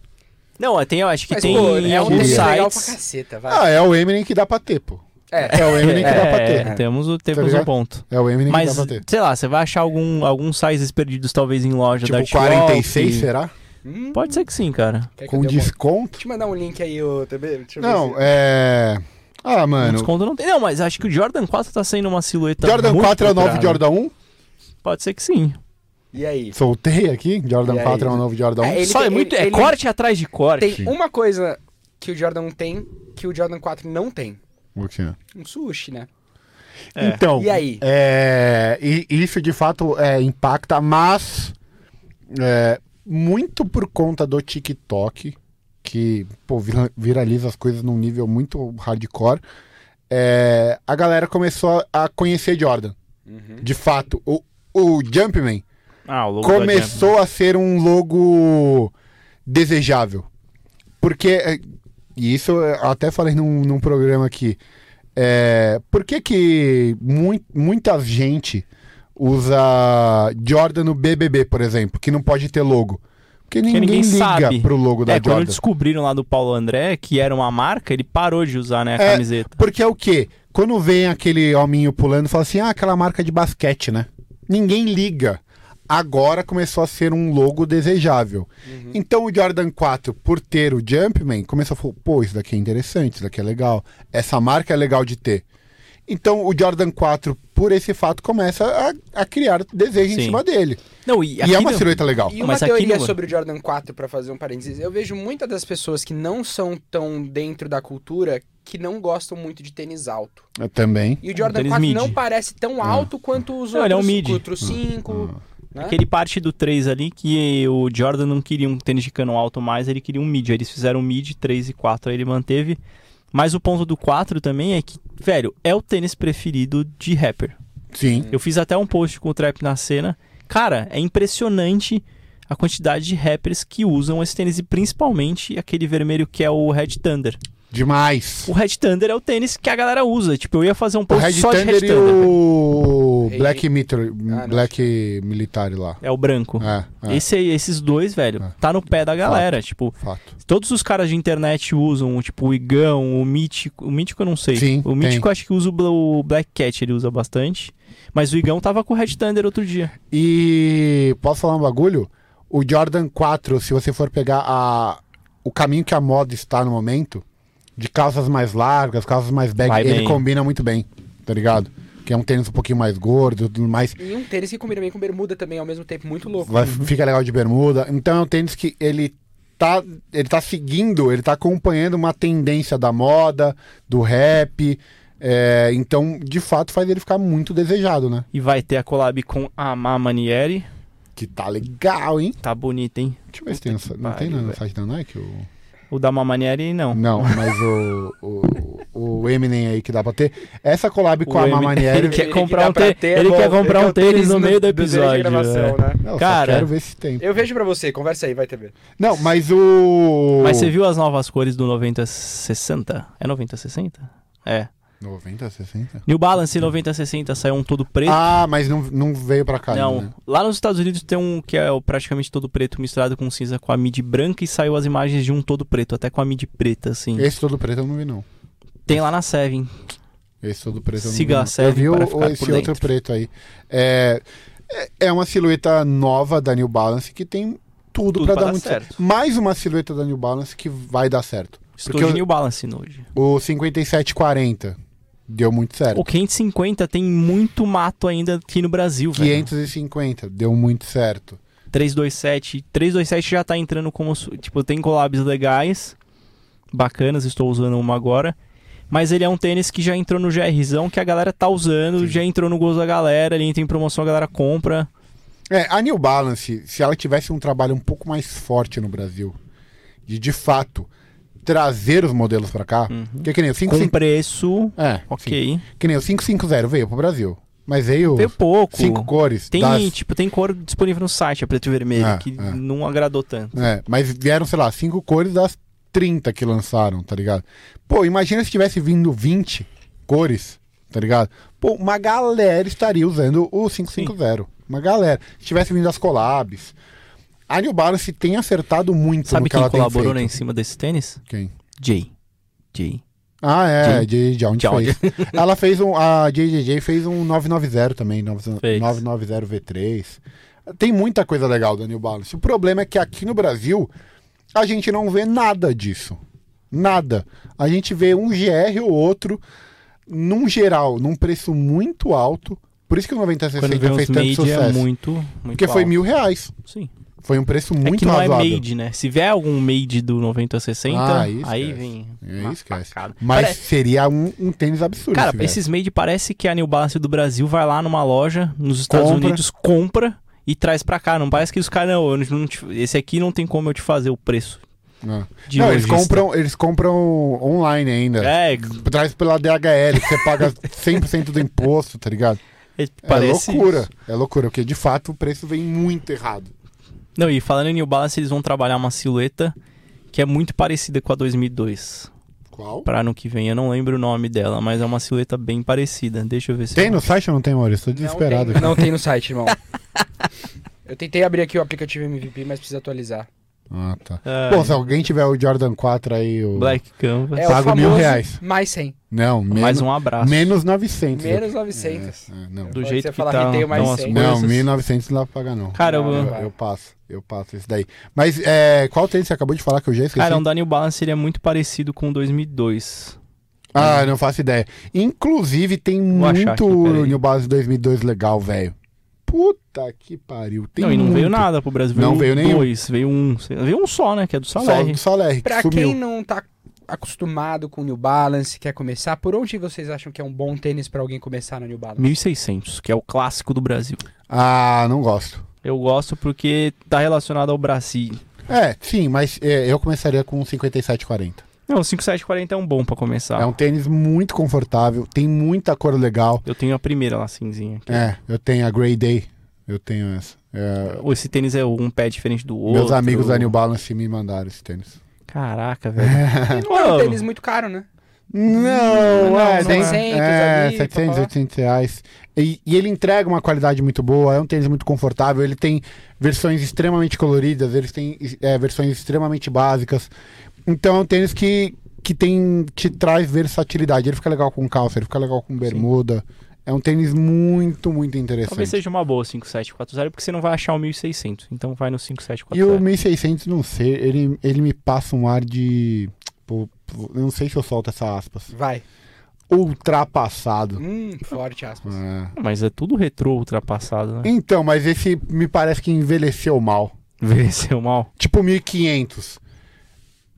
S1: Não, ó, tem, eu acho que
S3: Mas,
S1: tem
S3: pô,
S1: em
S3: é um
S1: alguns
S3: tênis legal pra
S1: sites.
S3: caceta, vai.
S2: Ah, é o Eminem que dá pra ter, pô.
S3: é.
S2: É o Eminem que dá pra
S1: É,
S2: ter. Tá
S1: temos, o- temos um
S2: ligado?
S1: ponto.
S2: É o Eminem
S1: Mas,
S2: que dá pra ter.
S1: sei lá, você vai achar algum, alguns sizes perdidos talvez em loja da
S2: Tipo,
S1: Artwalk.
S2: 46, será?
S3: Hum,
S2: um
S1: Pode ser que sim, cara.
S3: quer É que eu
S2: Com
S3: dê uma-
S2: desconto?
S3: Deixa eu mandar um link aí, ô, TB. Deixa eu ver
S2: Não,
S3: se-
S2: é... Ah,
S1: Um
S2: mano...
S1: desconto não tem. Não, mas acho que o Jordan 4 tá sendo uma silhueta
S2: Jordan
S1: muito
S2: 4 é o novo
S1: procurada.
S2: Jordan 1?
S1: Pode ser que sim.
S3: E aí?
S2: Soltei aqui. Jordan
S3: E aí?
S2: 4 é o novo Jordan 1.
S3: É, ele
S1: Só
S3: tem-
S1: é muito...
S3: ele-
S1: é
S3: ele-
S1: corte atrás de corte.
S3: Tem uma coisa que o Jordan 1 tem que o Jordan 4 não tem.
S2: O que é?
S3: Um sushi, né?
S1: É.
S2: Então,
S3: E aí?
S2: é, e- isso de fato é, impacta, mas é, muito por conta do TikTok, que pô, vira- viraliza as coisas num nível muito hardcore, é, a galera começou a conhecer Jordan. De fato, o, o Jumpman
S1: Ah, o logo da Jam.
S2: começou a ser um logo desejável. Porque, é, e isso eu até falei num, num programa aqui, é, por que que mui- muita gente usa Jordan no BBB, por exemplo, que não pode ter logo? Porque ninguém,
S1: ninguém
S2: liga
S1: sabe.
S2: pro logo da
S1: É, quando
S2: Jordan.
S1: descobriram lá do Paulo André que era uma marca, ele parou de usar, né, a
S2: É,
S1: camiseta.
S2: Porque é o quê? Quando vem aquele hominho pulando, fala assim, ah, aquela marca de basquete, né? Ninguém liga. agora começou a ser um logo desejável.
S3: Uhum.
S2: Então o Jordan 4, por ter o Jumpman, começou a falar, pô, isso daqui é interessante, isso daqui é legal, essa marca é legal de ter. Então o Jordan 4, por esse fato, começa a, a criar desejo
S1: Sim.
S2: em cima dele.
S1: Não, e,
S2: E,
S1: aqui
S2: é uma
S1: não-
S2: silhueta legal.
S3: E uma
S1: Ah, Mas aqui
S3: teoria
S1: no-
S3: sobre o Jordan 4, pra fazer um parênteses, eu vejo muitas das pessoas que não são tão dentro da cultura que não gostam muito de tênis alto.
S2: Eu também.
S3: E o Jordan
S1: Ah, tênis
S3: 4
S1: mid.
S3: não parece tão
S2: Ah.
S3: alto quanto os
S1: Não, ele é um
S3: outros
S1: mid.
S3: outros 5. né?
S1: Aquele parte do 3 ali que o Jordan não queria um tênis de cano alto mais, ele queria um mid. Aí eles fizeram um mid 3 e 4, aí ele manteve. Mas o ponto do 4 também é que, velho, é o tênis preferido de rapper.
S3: Hum.
S2: Sim.
S1: Eu fiz até um post com o Trap na cena. Cara, é impressionante a quantidade de rappers que usam esse tênis e principalmente aquele vermelho que é o Red Thunder.
S2: Demais.
S1: O Red Thunder é o tênis que a galera usa. Tipo, eu ia fazer um
S2: O
S1: post
S2: Red
S1: só de Red
S2: Thunder e
S1: Thunder. velho.
S2: o
S3: Rei-
S2: Black, Mitre,
S3: não.
S2: Black Militar lá.
S1: É o branco.
S2: É, é,
S1: Esse aí- esses dois, velho,
S2: É.
S1: tá no pé da galera. Tipo,
S2: fato.
S1: Todos os caras de internet usam, tipo, o Igão, o Mítico. O Mítico eu não sei.
S2: Sim,
S1: o Mítico acho que usa o Bla- o Black Cat, ele usa bastante. Mas o Igão tava com o Red Thunder outro dia.
S2: E posso falar um bagulho? O Jordan 4, se você for pegar a, o caminho que a moda está no momento, de calças mais largas, calças mais bag,
S1: Vai
S2: ele
S1: bem.
S2: combina muito bem, tá ligado? Que é um tênis um pouquinho mais gordo e tudo mais.
S3: E um tênis que combina bem com bermuda também, ao mesmo tempo, muito louco.
S2: Vai-
S1: Uhum.
S2: fica legal de bermuda. Então é um tênis que ele tá, ele tá seguindo, ele tá acompanhando uma tendência da moda, do rap. é, então, de fato, faz ele ficar muito desejado, né?
S1: E vai ter a collab com a Mamanieri.
S2: Que tá legal, hein?
S1: Tá bonito, hein?
S2: Deixa eu ver se tem. no sa- Não
S1: pariu,
S2: tem né, no
S1: velho.
S2: site da Nike? o-
S1: O da Mamanieri, não.
S2: Não, mas o, o, o Eminem aí que dá pra ter. Essa collab com
S1: O
S2: a
S1: Eminem.
S2: Mamanieri.
S1: Ele quer
S3: que
S1: comprar
S3: dá
S1: um
S3: pra
S1: tê- ele
S3: bom,
S1: quer comprar
S3: é
S1: um
S3: o
S1: tênis no meio do
S3: durante a
S1: episódio, é.
S3: gravação, né?
S2: Não,
S1: Cara.
S2: só quero ver se tem.
S3: Eu vejo pra você, conversa aí, vai TV.
S2: Não, mas o.
S1: Mas você viu as novas cores do 9060? É 9060? É.
S2: 90, 60?
S1: New Balance 9060 saiu um todo preto.
S2: Ah, mas não, não veio pra cá.
S1: Não,
S2: Né?
S1: lá nos Estados Unidos tem um que é o praticamente todo preto misturado com cinza com a mid branca e saiu as imagens de um todo preto, até com a mid preta, assim.
S2: Esse todo preto eu não vi, não.
S1: Tem lá na Seven.
S2: Esse todo preto eu não
S1: Siga a
S2: vi. não.
S1: série
S2: eu vi
S1: para
S2: o-
S1: ficar por
S2: esse
S1: dentro.
S2: outro preto aí. É, é- é uma silhueta nova da New Balance que tem tudo,
S1: Tudo
S2: pra
S1: pra
S2: dar,
S1: dar
S2: muito certo.
S1: certo.
S2: Mais uma silhueta da New Balance que vai dar certo.
S1: Estou
S2: Porque
S1: de
S2: o-
S1: New Balance hoje.
S2: O 5740 deu muito certo.
S1: O 550 tem muito mato ainda aqui no Brasil, velho.
S2: 550 deu muito certo.
S1: 327. 327 já tá entrando como. su- Tipo, tem collabs legais. Bacanas, estou usando uma agora. Mas ele é um tênis que já entrou no GRzão, que a galera tá usando, já entrou no gosto da galera, ele entra em promoção, a galera compra.
S2: É, a New Balance, se ela tivesse um trabalho um pouco mais forte no Brasil, de de fato trazer os modelos pra cá, que que nem o
S1: Uhum. Com
S2: 55
S1: preço.
S2: é, sim.
S1: Ok.
S2: que nem o 550 veio pro Brasil, mas veio
S1: Tem pouco.
S2: cinco cores,
S1: Tem,
S2: das-
S1: tipo, tem cor disponível no site, a preto e vermelho,
S2: É,
S1: que
S2: é.
S1: não agradou tanto.
S2: é, mas vieram, sei lá, cinco cores das 30 que lançaram, tá ligado? Pô, imagina se tivesse vindo 20 cores, tá ligado? Pô, uma galera estaria usando o 550. Uma galera. Se tivesse vindo as collabs. A New Balance tem acertado muito
S1: Sabe
S2: no que
S1: quem
S2: ela
S1: colaborou lá
S2: tem
S1: em
S2: feito.
S1: cima desse tênis?
S2: Quem?
S1: Jay. Jay.
S2: Ah, é, de, de onde
S1: Jound.
S2: fez. Ela fez um. A JJJ fez um 990 também, 990
S1: Fez.
S2: 990 V3. Tem muita coisa legal da New Balance. O problema é que aqui no Brasil a gente não vê nada disso. Nada. A gente vê um GR ou outro, num geral, num preço muito alto. Por isso que o
S1: Quando
S2: 9060
S1: vem
S2: fez
S1: os
S2: tanto
S1: made é
S2: sucesso.
S1: muito, muito
S2: porque foi
S1: alto.
S2: mil reais.
S1: Sim.
S2: Foi um preço
S1: É
S2: muito
S1: que não
S2: razoável.
S1: é made, né? Se vier algum made do 90 a 60,
S2: Ah, aí
S1: aí,
S2: esquece.
S1: vem...
S2: Aí
S1: uma
S2: esquece. né?
S1: facada.
S2: Mas
S1: Pare-
S2: seria um, um tênis absurdo. se
S1: Cara,
S2: viesse.
S1: esses made parece que a New Balance do Brasil vai lá numa loja nos Estados
S2: Compra.
S1: Unidos, compra e traz pra cá. Não parece que os caras... Não, eu não te- esse aqui não tem como eu te fazer o preço.
S2: Ah.
S1: de
S2: não, eles
S1: lojista.
S2: compram, eles compram online ainda.
S1: É,
S2: Traz pela DHL, que você paga 100% do imposto, tá ligado?
S1: é,
S2: É
S1: parece...
S2: loucura. É loucura, porque de fato o preço vem muito errado.
S1: Não, e falando em New Balance, eles vão trabalhar uma silhueta que é muito parecida com a 2002
S2: Qual?
S1: para ano que vem. Eu não lembro o nome dela, mas é uma silhueta bem parecida. Deixa eu ver se
S2: Tem
S1: eu-
S2: no site ou não tem, Maurício? Tô desesperado.
S3: Não tem, não tem no site, irmão. Eu tentei abrir aqui o aplicativo MVP, mas precisa atualizar.
S2: aqui. Ah, tá.
S1: Ah,
S2: Pô, se alguém tiver o Jordan 4 aí, o...
S1: Black Canvas.
S2: É, Pago mil reais.
S3: mais 100.
S2: Não, menos,
S1: Mais um abraço.
S2: menos 900.
S3: Menos 900.
S2: É, não,
S1: do
S3: Pode
S1: jeito
S3: você
S1: que
S3: falar
S1: tá.
S3: retail mais
S1: nossa,
S3: 100.
S2: não
S1: coisas-
S2: 1.900 não dá pra pagar, não.
S1: Caramba.
S2: Eu, eu passo, eu passo esse daí. Mas é, qual tênis você acabou de falar que eu já esqueci?
S1: Cara, um da New Balance seria muito parecido com o 2002.
S2: Ah, não faço ideia. Inclusive, tem
S1: É. Vou achar
S2: muito
S1: aqui, peraí.
S2: New Balance 2002 legal, velho. Puta que pariu. Tem
S1: não, e não
S2: muito.
S1: veio nada pro Brasil.
S2: Não veio nenhum.
S1: Dois, veio um. Veio um só, né? Que é do
S2: Só
S1: Saleh.
S2: do Soler, que
S3: Pra
S2: sumiu.
S3: quem não tá acostumado com New Balance, quer começar, por onde vocês acham que é um bom tênis pra alguém começar no New Balance?
S1: 1600, que é o clássico do Brasil.
S2: Ah, não gosto.
S1: Eu gosto porque tá relacionado ao Brasil.
S2: É, sim, mas é, eu começaria com um 5740.
S1: Não, o 5740 é um bom pra começar.
S2: É um tênis muito confortável, tem muita cor legal.
S1: Eu tenho a primeira lá, cinzinha. Aqui.
S2: É, eu tenho a Grey Day, eu tenho essa. É,
S1: Ou Esse tênis é um pé diferente do outro.
S2: meus amigos da New Balance me mandaram esse tênis.
S1: Caraca, velho.
S3: E não é um tênis muito caro, né?
S2: Não,
S1: Não,
S2: é,
S1: não
S2: tem,
S1: é.
S3: 600
S2: é,
S3: ali,
S2: 700,
S3: papapá.
S2: 800 reais. E, e ele entrega uma qualidade muito boa, é um tênis muito confortável, ele tem versões extremamente coloridas, eles têm é, versões extremamente básicas. Então é um tênis que, que tem, te traz versatilidade. Ele fica legal com calça, ele fica legal com bermuda. É um tênis muito, muito
S1: Talvez
S2: interessante.
S1: seja uma boa o 5740, porque você não vai achar o 1600. Então vai no
S2: E o
S1: 5740.
S2: 1600, não sei, ele, ele me passa um ar de... pô, pô, eu não sei se eu solto essa aspas.
S3: Vai.
S2: Ultrapassado.
S3: Hum, forte aspas.
S2: É.
S1: Mas é tudo retrô ultrapassado, né?
S2: Então, mas esse me parece que envelheceu mal.
S1: Envelheceu mal.
S2: Tipo 1500.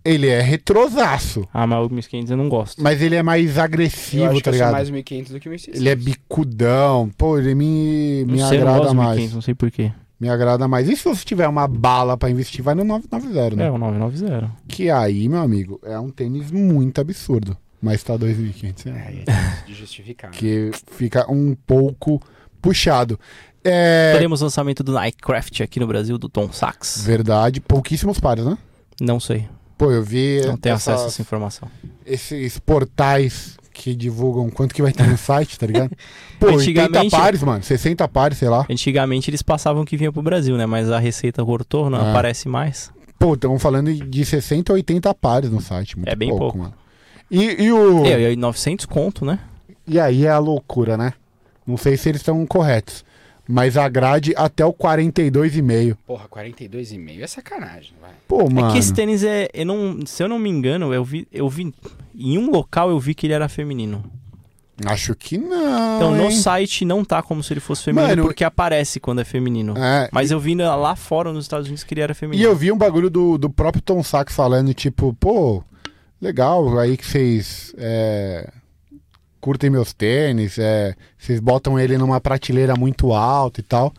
S2: Ele é retrosaço,
S1: Ah, mas o 1500 eu não gosto.
S2: mas ele é mais
S3: eu
S2: agressivo,
S3: acho que
S2: tá
S3: eu sou
S2: ligado?
S3: mais 1.500 do que 1.600.
S2: Ele é bicudão. Pô, ele me, me
S1: não sei, eu não
S2: agrada
S1: gosto do
S2: mais.
S1: 1500, não sei porquê.
S2: Me agrada mais. E se você tiver uma bala pra investir, vai no 990, né?
S1: É, o 990.
S2: Que aí, meu amigo, é um tênis muito absurdo. Mas tá 2.500 reais.
S3: É, é difícil de justificar.
S2: Que fica um pouco puxado. É
S1: Teremos lançamento do Nightcraft aqui no Brasil, do Tom Sachs.
S2: verdade. Pouquíssimos pares, né?
S1: Não sei,
S2: Pô, eu vi.
S1: não tenho
S2: É,
S1: acesso
S2: essa-
S1: assim. a essa informação.
S2: esses portais que divulgam quanto que vai ter no site, tá ligado? Pô, 80
S1: Antigamente-
S2: pares, mano, 60 pares, sei lá.
S1: Antigamente eles passavam que vinha pro Brasil, né? Mas a receita cortou, não
S2: Ah.
S1: aparece mais.
S2: Pô, estamos falando de 60 a 80 pares no site, muito
S1: É bem pouco.
S2: mano. E, e o...
S1: É, E aí, 900 conto, né?
S2: E aí é a loucura, né? Não sei se eles estão corretos, mas a grade até o 42,5.
S3: Porra, 42,5 é sacanagem, vai.
S2: Pô, mano.
S1: É que esse tênis é. Eu não, se eu não me engano, eu vi, eu vi. Em um local eu vi que ele era feminino.
S2: Acho que não.
S1: Então no
S2: Ah, hein?
S1: site não tá como se ele fosse feminino,
S2: Mano,
S1: porque aparece quando é feminino.
S2: É,
S1: Mas eu vi na- lá fora nos Estados Unidos que ele era
S2: E
S1: feminino.
S2: eu vi um bagulho do, do próprio Tom Sachs falando, tipo, pô, legal, aí que vocês é, curtem meus tênis, é, vocês botam ele numa prateleira muito alta e tal.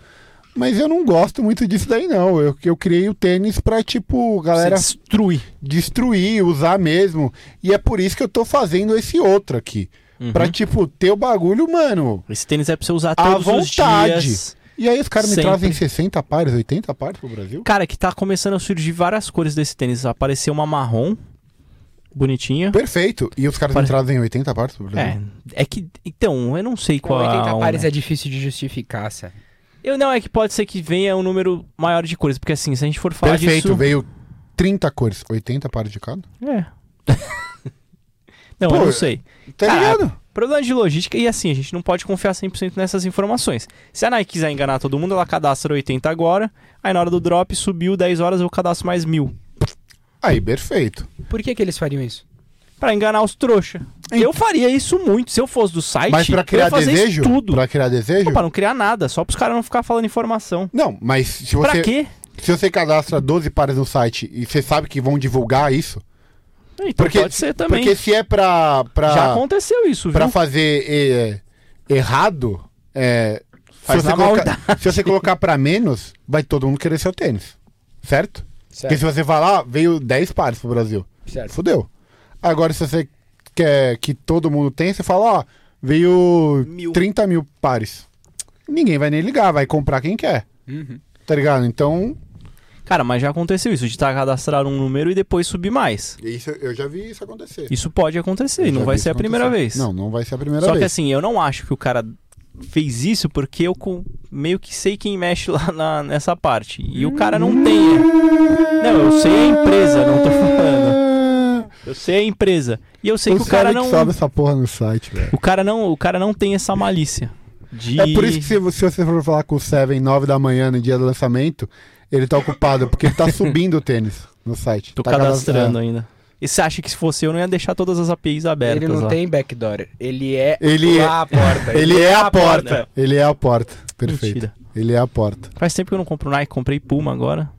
S2: Mas eu não gosto muito disso daí, não. Eu, eu criei o tênis pra, tipo, galera
S1: Você destrui.
S2: destruir, usar mesmo. E é por isso que eu tô fazendo esse outro aqui.
S1: Uhum.
S2: Pra, tipo, ter o bagulho, mano.
S1: Esse tênis é pra você usar
S2: À
S1: todos os
S2: vontade.
S1: dias.
S2: E aí os caras me
S1: Sempre.
S2: trazem 60 pares, 80 pares pro Brasil?
S1: Cara, que tá começando a surgir várias cores desse tênis. Apareceu uma marrom, bonitinha.
S2: Perfeito. E os caras
S1: Pare-
S2: me trazem 80 pares pro Brasil?
S1: É, é que. Então, eu não sei
S3: Com
S1: qual. a
S3: 80
S1: onda.
S3: pares é difícil de justificar, sabe?
S1: Eu não, é que pode ser que venha um número maior de cores, porque assim, se a gente for falar
S2: Perfeito,
S1: disso.
S2: veio 30 cores, 80 pares de cada.
S1: É. não,
S2: Pô,
S1: eu não sei.
S2: Tá
S1: Cara,
S2: ligado?
S1: Problema de logística, e assim, a gente não pode confiar 100% nessas informações. Se a Nike quiser enganar todo mundo, ela cadastra 80 agora, aí na hora do drop subiu 10 horas, eu cadastro mais mil.
S2: Aí, perfeito.
S3: Por que, que eles fariam isso?
S1: Pra enganar os trouxa.
S2: Ent-
S1: Eu faria isso muito. Se eu fosse do site,
S2: Mas pra
S1: eu
S2: criar
S1: ia fazer isso
S2: desejo?
S1: tudo.
S2: Pra criar desejo?
S1: Não, pra não criar nada, só pros caras não ficar falando informação.
S2: Não, mas se
S1: Pra
S2: você,
S1: quê?
S2: se você cadastra 12 pares no site e você sabe que vão divulgar isso.
S1: Então
S2: Porque-
S1: pode ser também.
S2: Porque se é pra,
S1: Já
S2: pra,
S1: aconteceu isso,
S2: Ah. pra
S1: viu?
S2: fazer é, errado, é,
S1: Faz
S2: se,
S1: na
S2: você colocar,
S1: maldade.
S2: se você colocar pra menos, vai todo mundo querer seu tênis. Certo? Porque se você falar, ah, veio 10 pares pro Brasil.
S3: certo.
S2: Fudeu. Agora, se você quer que todo mundo tenha, você fala, ó, veio
S1: Mil.
S2: 30 mil pares. Ninguém vai nem ligar, vai comprar quem quer,
S3: Uhum.
S2: tá ligado? Então...
S1: Cara, mas já aconteceu isso, de estar cadastrado um número e depois subir mais.
S2: Isso, eu já vi isso acontecer.
S1: Isso pode acontecer, não vai ser a primeira vez.
S2: Não, não vai ser a primeira
S1: Só que
S2: vez.
S1: assim, eu não acho que o cara fez isso porque eu com- meio que sei quem mexe lá na- nessa parte. E o cara não tem. é. Não, eu sei a empresa, não tô falando. Eu sei a empresa. E eu sei
S2: Os
S1: que o cara
S2: caras
S1: não.
S2: que sobe essa porra no site, velho.
S1: O cara não, o cara não tem essa malícia. De...
S2: É por isso que se você, se você for falar com o Seven 9 da manhã no dia do lançamento, ele tá ocupado, porque ele tá subindo o tênis no site.
S1: Tô
S2: Tá
S1: cadastrando
S2: cadastra-
S1: ainda. E você acha que se fosse eu não ia deixar todas as APIs abertas
S3: Ele não
S1: lá?
S3: tem backdoor. Ele é
S2: Ele é-
S3: lá a porta.
S2: Ele é a porta. Ele é a porta. Perfeito.
S1: Mentira.
S2: Ele é a porta.
S1: Faz tempo que eu não compro Nike, comprei Puma agora.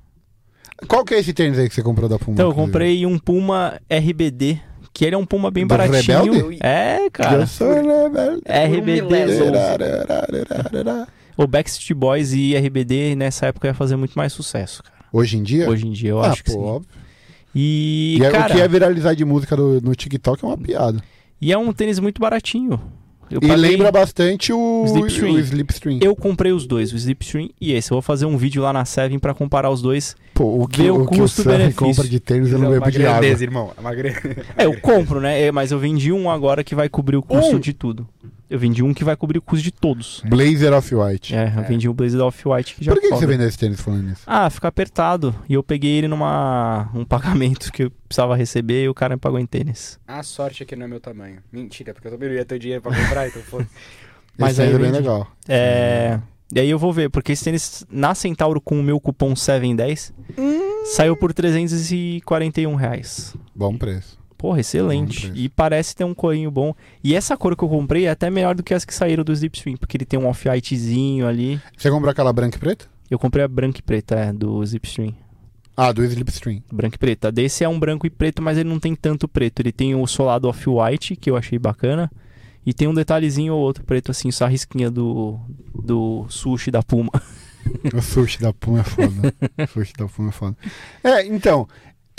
S2: Qual que é esse tênis aí que você comprou da Puma?
S1: Então, eu
S2: inclusive?
S1: comprei um Puma RBD, que ele é um Puma bem
S2: Do
S1: baratinho.
S2: Rebelde?
S1: É, cara.
S2: Eu sou rebelde.
S1: RBD.
S3: milésimo.
S2: né?
S1: O Backstreet Boys e RBD nessa época ia fazer muito mais sucesso, cara.
S2: Hoje em dia?
S1: Hoje em dia, eu
S2: ah,
S1: acho que
S2: pô,
S1: sim.
S2: óbvio.
S1: E,
S2: E é-
S1: cara,
S2: o que é viralizar de música do- no TikTok é uma piada.
S1: e é um tênis muito baratinho. Eu
S2: E
S1: paguei-
S2: lembra bastante o
S1: Slipstream.
S2: o Slipstream.
S1: Eu comprei os dois, o Slipstream e esse. Eu vou fazer um vídeo lá na Seven pra comparar os dois.
S2: Pô, o que
S1: Vê
S2: o,
S1: o
S2: que o Sam
S1: custo-benefício.
S2: compra de tênis eu não
S3: É uma
S2: bebo de água.
S3: grandeza, irmão. É uma grandeza.
S1: É, eu compro, né? É, Mas eu vendi um agora que vai cobrir o custo
S3: Um?
S1: de tudo. Eu vendi um que vai cobrir o custo de todos.
S2: Blazer Off-White.
S1: É, eu vendi o Blazer Off-White que já
S2: Por que, que você
S1: cobre.
S2: vendeu esse tênis falando nisso?
S1: Ah, fica apertado. E eu peguei ele numa um pagamento que eu precisava receber e o cara me pagou em tênis.
S3: A sorte é que não é meu tamanho. Mentira, porque eu também não ia ter dinheiro pra comprar, então foda
S1: Mas
S2: esse
S1: aí
S2: tênis é bem
S1: vende.
S2: legal.
S1: É. E aí eu vou ver, porque esse tênis na Centauro com o meu cupom 710
S2: Hum.
S1: saiu por 341 reais.
S2: Bom preço.
S1: Porra, excelente.
S2: Bom preço.
S1: E parece ter um corinho bom. E essa cor que eu comprei é até melhor do que as que saíram do Slipstream, porque ele tem um off-whitezinho ali.
S2: Você comprou aquela branca e preta?
S1: Eu comprei a branca e preta, é, do Slipstream.
S2: Ah, do Slipstream.
S1: branco e preto. A desse é um branco e preto, mas ele não tem tanto preto. Ele tem o solado off-white, que eu achei bacana. E tem um detalhezinho ou outro preto, assim, só a risquinha do, do sushi da Puma.
S2: O sushi da Puma é foda. o sushi da Puma é foda. É, então,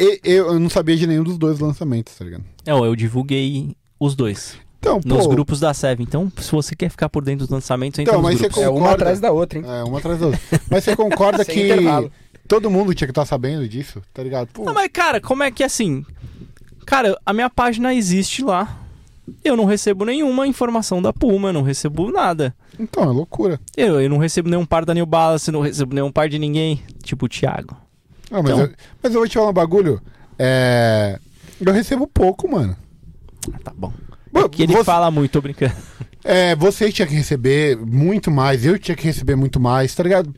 S2: e- eu, eu não sabia de nenhum dos dois lançamentos, tá ligado?
S1: Não, É, eu divulguei os dois.
S2: Então, pô,
S1: Nos grupos da Seven. Então, se você quer ficar por dentro dos lançamentos, entra
S2: Então,
S1: nos
S2: mas você
S1: grupos.
S3: É uma
S2: Concordo.
S3: atrás da outra, hein?
S2: É, uma atrás da outra. Mas você concorda
S3: Sem
S2: que
S3: intervalo.
S2: todo mundo tinha que estar sabendo disso, tá ligado? Pô,
S1: Não, mas, cara, como é que é assim? Cara, a minha página existe lá. Eu não recebo nenhuma informação da Puma, eu não recebo nada.
S2: Então, é loucura.
S1: Eu, eu não recebo nenhum par da New Balance, eu não recebo nenhum par de ninguém. Tipo o Thiago.
S2: Ah, mas,
S1: Então.
S2: eu, mas eu vou te falar um bagulho. É... Eu recebo pouco, mano.
S1: Ah, tá bom.
S2: Bom,
S1: É que ele
S2: você-
S1: fala muito, tô brincando.
S2: É, você tinha que receber muito mais, eu tinha que receber muito mais, tá ligado?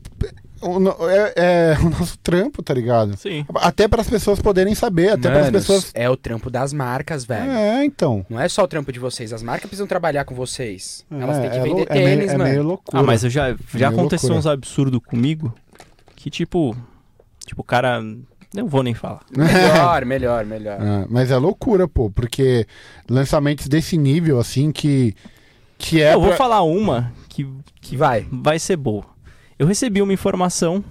S2: O no- é, é o nosso trampo, tá ligado?
S1: Sim.
S2: Até para as pessoas poderem saber, até para as
S3: Mano,
S2: pessoas.
S3: É o trampo das marcas, velho.
S2: É, então.
S3: Não é só o trampo de vocês. As marcas precisam trabalhar com vocês. Elas
S2: é,
S3: têm Ah, que
S2: é
S3: vender
S2: lou- é meio-
S3: tênis,
S2: é
S3: mano.
S2: meio loucura.
S1: Ah, mas eu já, já
S2: Meio
S1: aconteceu
S2: loucura.
S1: uns absurdos comigo que, tipo, tipo, o cara. Não vou nem falar.
S3: Melhor, melhor, melhor.
S2: Ah, mas é loucura, pô, porque lançamentos desse nível, assim, que. Que é.
S1: eu vou
S2: pra-
S1: falar uma que,
S3: Que
S1: que
S3: vai.
S1: vai ser boa. Eu recebi uma informação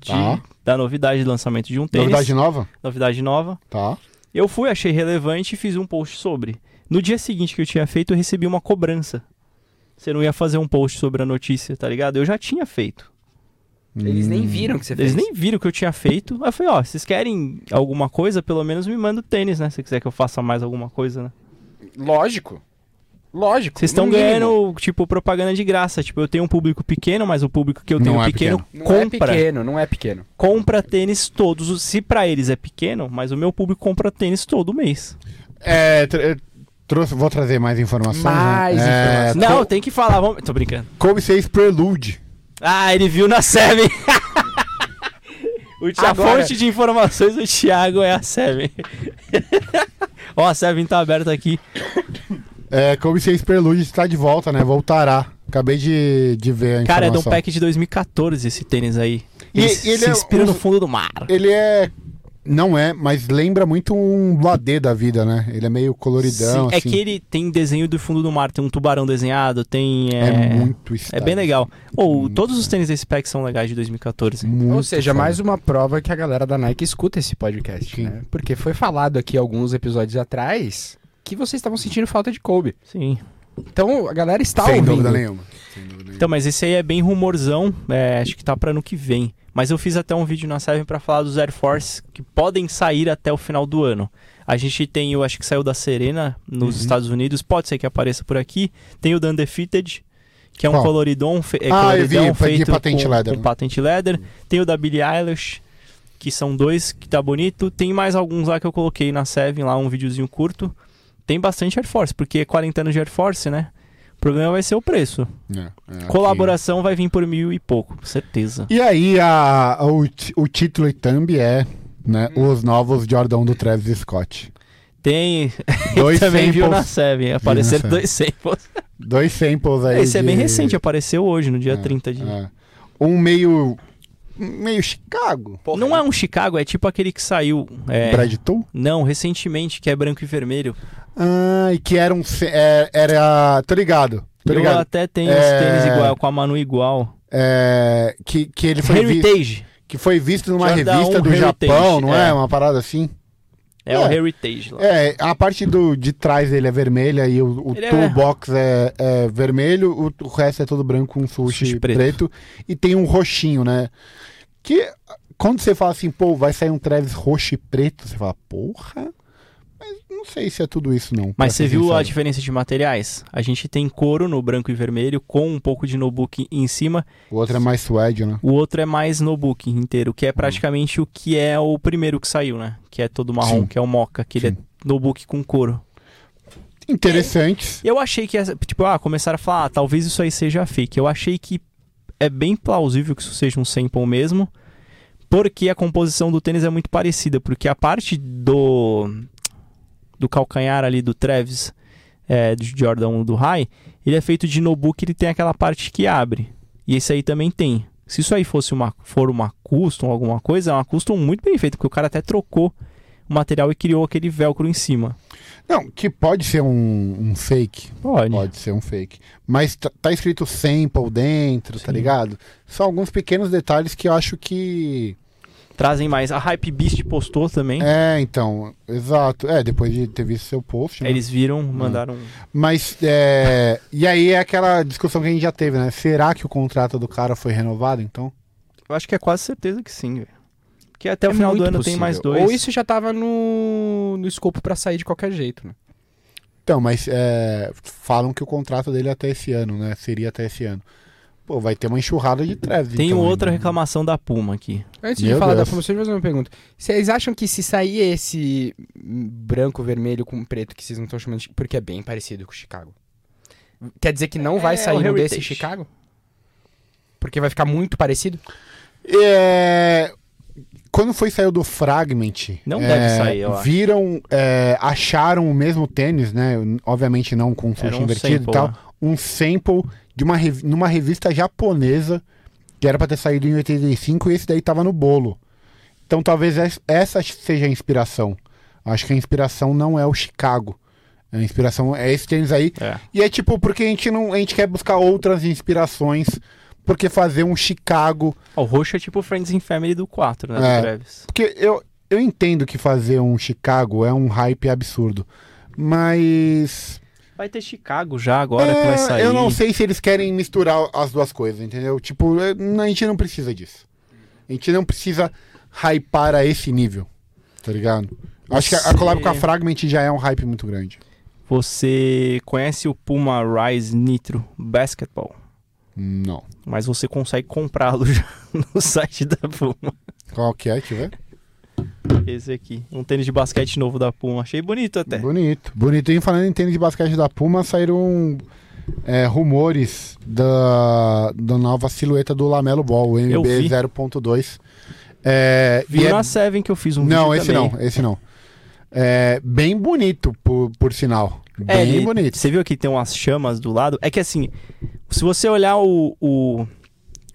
S1: de-
S2: Tá.
S1: da novidade de lançamento de um tênis.
S2: Novidade nova?
S1: novidade nova.
S2: Tá.
S1: Eu fui, achei relevante e fiz um post sobre. No dia seguinte que eu tinha feito, eu recebi uma cobrança. Você não ia fazer um post sobre a notícia, tá ligado? Eu já tinha feito.
S3: Eles nem
S2: Hum.
S3: viram que você fez.
S1: Eles nem viram o que eu tinha feito. Aí eu falei, ó, vocês querem alguma coisa, pelo menos me manda o tênis, né? Se quiser que eu faça mais alguma coisa, né?
S3: Lógico. Lógico.
S1: Vocês estão
S3: no mínimo.
S1: ganhando, tipo, propaganda de graça. Tipo, eu tenho um público pequeno, mas o público que eu
S2: Não
S1: tenho
S2: é
S1: pequeno,
S3: Não
S1: compra.
S3: é pequeno, não é pequeno.
S1: compra tênis todos. os- Se pra eles é pequeno, mas o meu público compra tênis todo mês.
S2: É, tr- eu trouxe, vou trazer mais informações. né?
S3: Mais
S2: É,
S3: informações.
S2: Co-
S1: Não, tem que falar, vamos... Tô brincando.
S2: Kobe 6 Prelude.
S1: Ah, ele viu na Seven. O Thi- a
S3: Agora.
S1: fonte de informações do Thiago é a Seven. Ó, a Seven tá aberta aqui.
S2: É, Kobe 6 Prelude está de volta, né? Voltará. Acabei de, de ver a informação.
S1: Cara, é de um pack de 2014 esse tênis aí.
S2: E
S1: Ele
S2: ele
S1: se
S2: é
S1: inspira
S2: um-
S1: no fundo do mar.
S2: Ele é... Não é, mas lembra muito um ladê da vida, né? Ele é meio coloridão,
S1: Sim,
S2: assim.
S1: É que ele tem desenho do fundo do mar, tem um tubarão desenhado, tem. É,
S2: É, muito
S1: é
S2: style.
S1: bem legal. Ou
S2: Muito
S1: todos os tênis desse pack são legais de 2014.
S2: Muito
S3: Ou seja,
S2: foda.
S3: mais uma prova que a galera da Nike escuta esse podcast,
S2: Sim.
S3: né? Porque foi falado aqui alguns episódios atrás que vocês estavam sentindo falta de Kobe.
S1: Sim.
S3: Então a galera
S1: tá
S3: está
S2: Sem
S3: ouvindo.
S2: dúvida nenhuma. Sem dúvida nenhuma.
S1: Então, mas esse aí é bem rumorzão. é, acho que tá pra ano que vem. Mas eu fiz até um vídeo na Seven pra falar dos Air Force que podem sair até o final do ano. A gente tem, eu acho
S2: Uhum.
S1: que saiu da Serena nos Estados Unidos, pode ser que apareça por aqui. Tem o da Undefeated, que é um
S2: Qual?
S1: coloridon, fe- é
S2: Ah, eu vi,
S1: coloridão
S2: de
S1: feito
S2: patente
S1: com,
S2: leather,
S1: com
S2: né?
S1: patente leather. Tem o da Billie Eilish, que são dois que tá bonito. Tem mais alguns lá que eu coloquei na Seven, lá um videozinho curto. Tem bastante Air Force, porque é 40 anos de Air Force, né? O problema vai ser o preço.
S2: É, é, aqui.
S1: Colaboração vai vir por mil e pouco, com certeza.
S2: E aí, a, a- o, ti- o título e thumb é né,
S1: Hum.
S2: Os Novos Jordan do Travis Scott.
S1: Tem.
S2: Dois
S1: também viu na
S2: samples,
S1: Seven. Apareceram
S2: Seven.
S1: dois samples.
S2: dois samples aí.
S1: Esse é bem
S2: de-
S1: recente, apareceu hoje, no dia
S2: É,
S1: 30 de.
S2: é. Um meio. meio Chicago.
S1: Não é um Chicago, é tipo aquele que saiu. é,
S2: Brad Tool.
S1: Não, recentemente, que é branco e vermelho.
S2: Ah, e que era um. se- é- Era. Tô ligado. Tô
S1: Eu
S2: ligado.
S1: até tenho os
S2: É.
S1: tênis igual, com a Manu igual.
S2: É, que, que ele foi vi-
S1: Heritage.
S2: que foi visto numa
S1: Jordan
S2: revista do
S1: Heritage,
S2: Japão, não é?
S1: é.
S2: Uma parada assim.
S1: É, o
S2: É.
S1: Heritage lá.
S2: É, a parte do, de trás dele é vermelha e o, o
S1: Ele é-
S2: toolbox é... é vermelho, o, o resto é todo branco, um sushi,
S1: Sushi preto.
S2: preto. E tem um roxinho, né? Que quando você fala assim, pô, vai sair um Travis roxo e preto, você fala, porra. Mas não sei se é tudo isso, não. pra
S1: Mas você
S2: ser
S1: viu a
S2: sincero.
S1: diferença de materiais? A gente tem couro no branco e vermelho, com um pouco de nobuki em cima.
S2: O outro é mais suede, né?
S1: O outro é mais nobuki inteiro, que é praticamente o que é o primeiro que saiu, né? Que é todo marrom,
S2: Sim.
S1: que é o moca, que ele é nobuki com couro.
S2: Interessantes.
S1: Eu achei que, essa, tipo, ah, começaram a falar, ah, talvez isso aí seja fake. Eu achei que é bem plausível que isso seja um sample mesmo, porque a composição do tênis é muito parecida, porque a parte do do calcanhar ali do Travis, é, do Jordan do High, ele é feito de nobuki, ele tem aquela parte que abre. E esse aí também tem. Se isso aí fosse uma, for uma custom, alguma coisa, é uma custom muito bem feita, porque o cara até trocou o material e criou aquele velcro em cima.
S2: Não, que pode ser um, um fake.
S1: Pode.
S2: Pode ser um fake. Mas tá, tá escrito sample dentro, tá
S1: Sim.
S2: ligado? São alguns pequenos detalhes que eu acho que.
S1: Trazem mais. A Hype Beast postou também.
S2: É, então, exato. É, depois de ter visto seu post. né?
S1: Eles viram, mandaram. um-
S2: Mas, é, e aí é aquela discussão que a gente já teve, né? Será que o contrato do cara foi renovado, então?
S1: Eu acho que é quase certeza que sim, velho. Porque até o
S3: É
S1: final do
S3: muito
S1: ano tem
S3: possível.
S1: mais dois.
S3: Ou isso já tava no, no escopo pra sair de qualquer jeito, né?
S2: Então, mas é, falam que o contrato dele é até esse ano, né? Seria até esse ano. Pô, vai ter uma enxurrada de treve.
S1: Tem
S2: então,
S1: outra
S2: né?
S1: reclamação da Puma aqui.
S3: Antes de
S2: Meu
S3: falar
S2: Deus.
S3: da promoção, deixa eu fazer uma pergunta. Vocês acham que se sair esse hum, branco, vermelho com preto que vocês não estão chamando de... Porque é bem parecido com o Chicago. Quer dizer que não vai
S1: É,
S3: sair
S1: o
S3: um desse em
S1: Heritage.
S3: Chicago? Porque vai ficar muito parecido?
S2: É, Quando foi saiu do Fragment,
S1: Não
S2: é,
S1: deve sair, eu acho.
S2: viram, é, acharam o mesmo tênis, né? Obviamente não com
S1: Era
S2: sushi
S1: um
S2: invertido
S1: sample,
S2: e tal.
S1: né?
S2: Um sample de uma revi- numa revista japonesa que era pra ter saído em 85 e esse daí tava no bolo. Então talvez es- essa seja a inspiração. Acho que a inspiração não é o Chicago. A inspiração é esse tênis aí.
S1: É.
S2: E é tipo, porque a gente não, a gente quer buscar outras inspirações, porque fazer um Chicago
S1: Ó, O roxo é tipo Friends and Family do 4, né? do
S2: É.
S1: Travis.
S2: Porque eu, eu entendo que fazer um Chicago é um hype absurdo. Mas.
S1: Vai ter Chicago já agora que vai
S2: É,
S1: sair.
S2: Eu não sei se eles querem misturar as duas coisas, entendeu? Tipo, é, a gente não precisa disso. A gente não precisa hypar a esse nível. Tá ligado? Acho que a, a collab com a
S1: Você-
S2: Fragment já é um hype muito grande.
S1: Você conhece o Puma Rise Nitro Basketball,
S2: Não.
S1: mas você consegue comprá-lo já no site da Puma.
S2: Qual que é, tiver?
S1: Esse aqui. Um tênis de basquete novo da Puma. Achei bonito até.
S2: Bonito. Bonito. E falando em tênis de basquete da Puma, saíram é, rumores da, da nova silhueta do Lamelo Ball, o
S1: Eu vi.
S2: NB 0.2. É, e
S1: Viu
S2: é-
S1: na Seven que eu fiz um
S2: Não,
S1: vídeo
S2: esse
S1: também.
S2: não, esse não. É bem bonito, por, por sinal. Bem
S1: É, ele-
S2: bonito.
S1: Você viu que tem umas chamas do lado? É que assim, se você olhar o, o,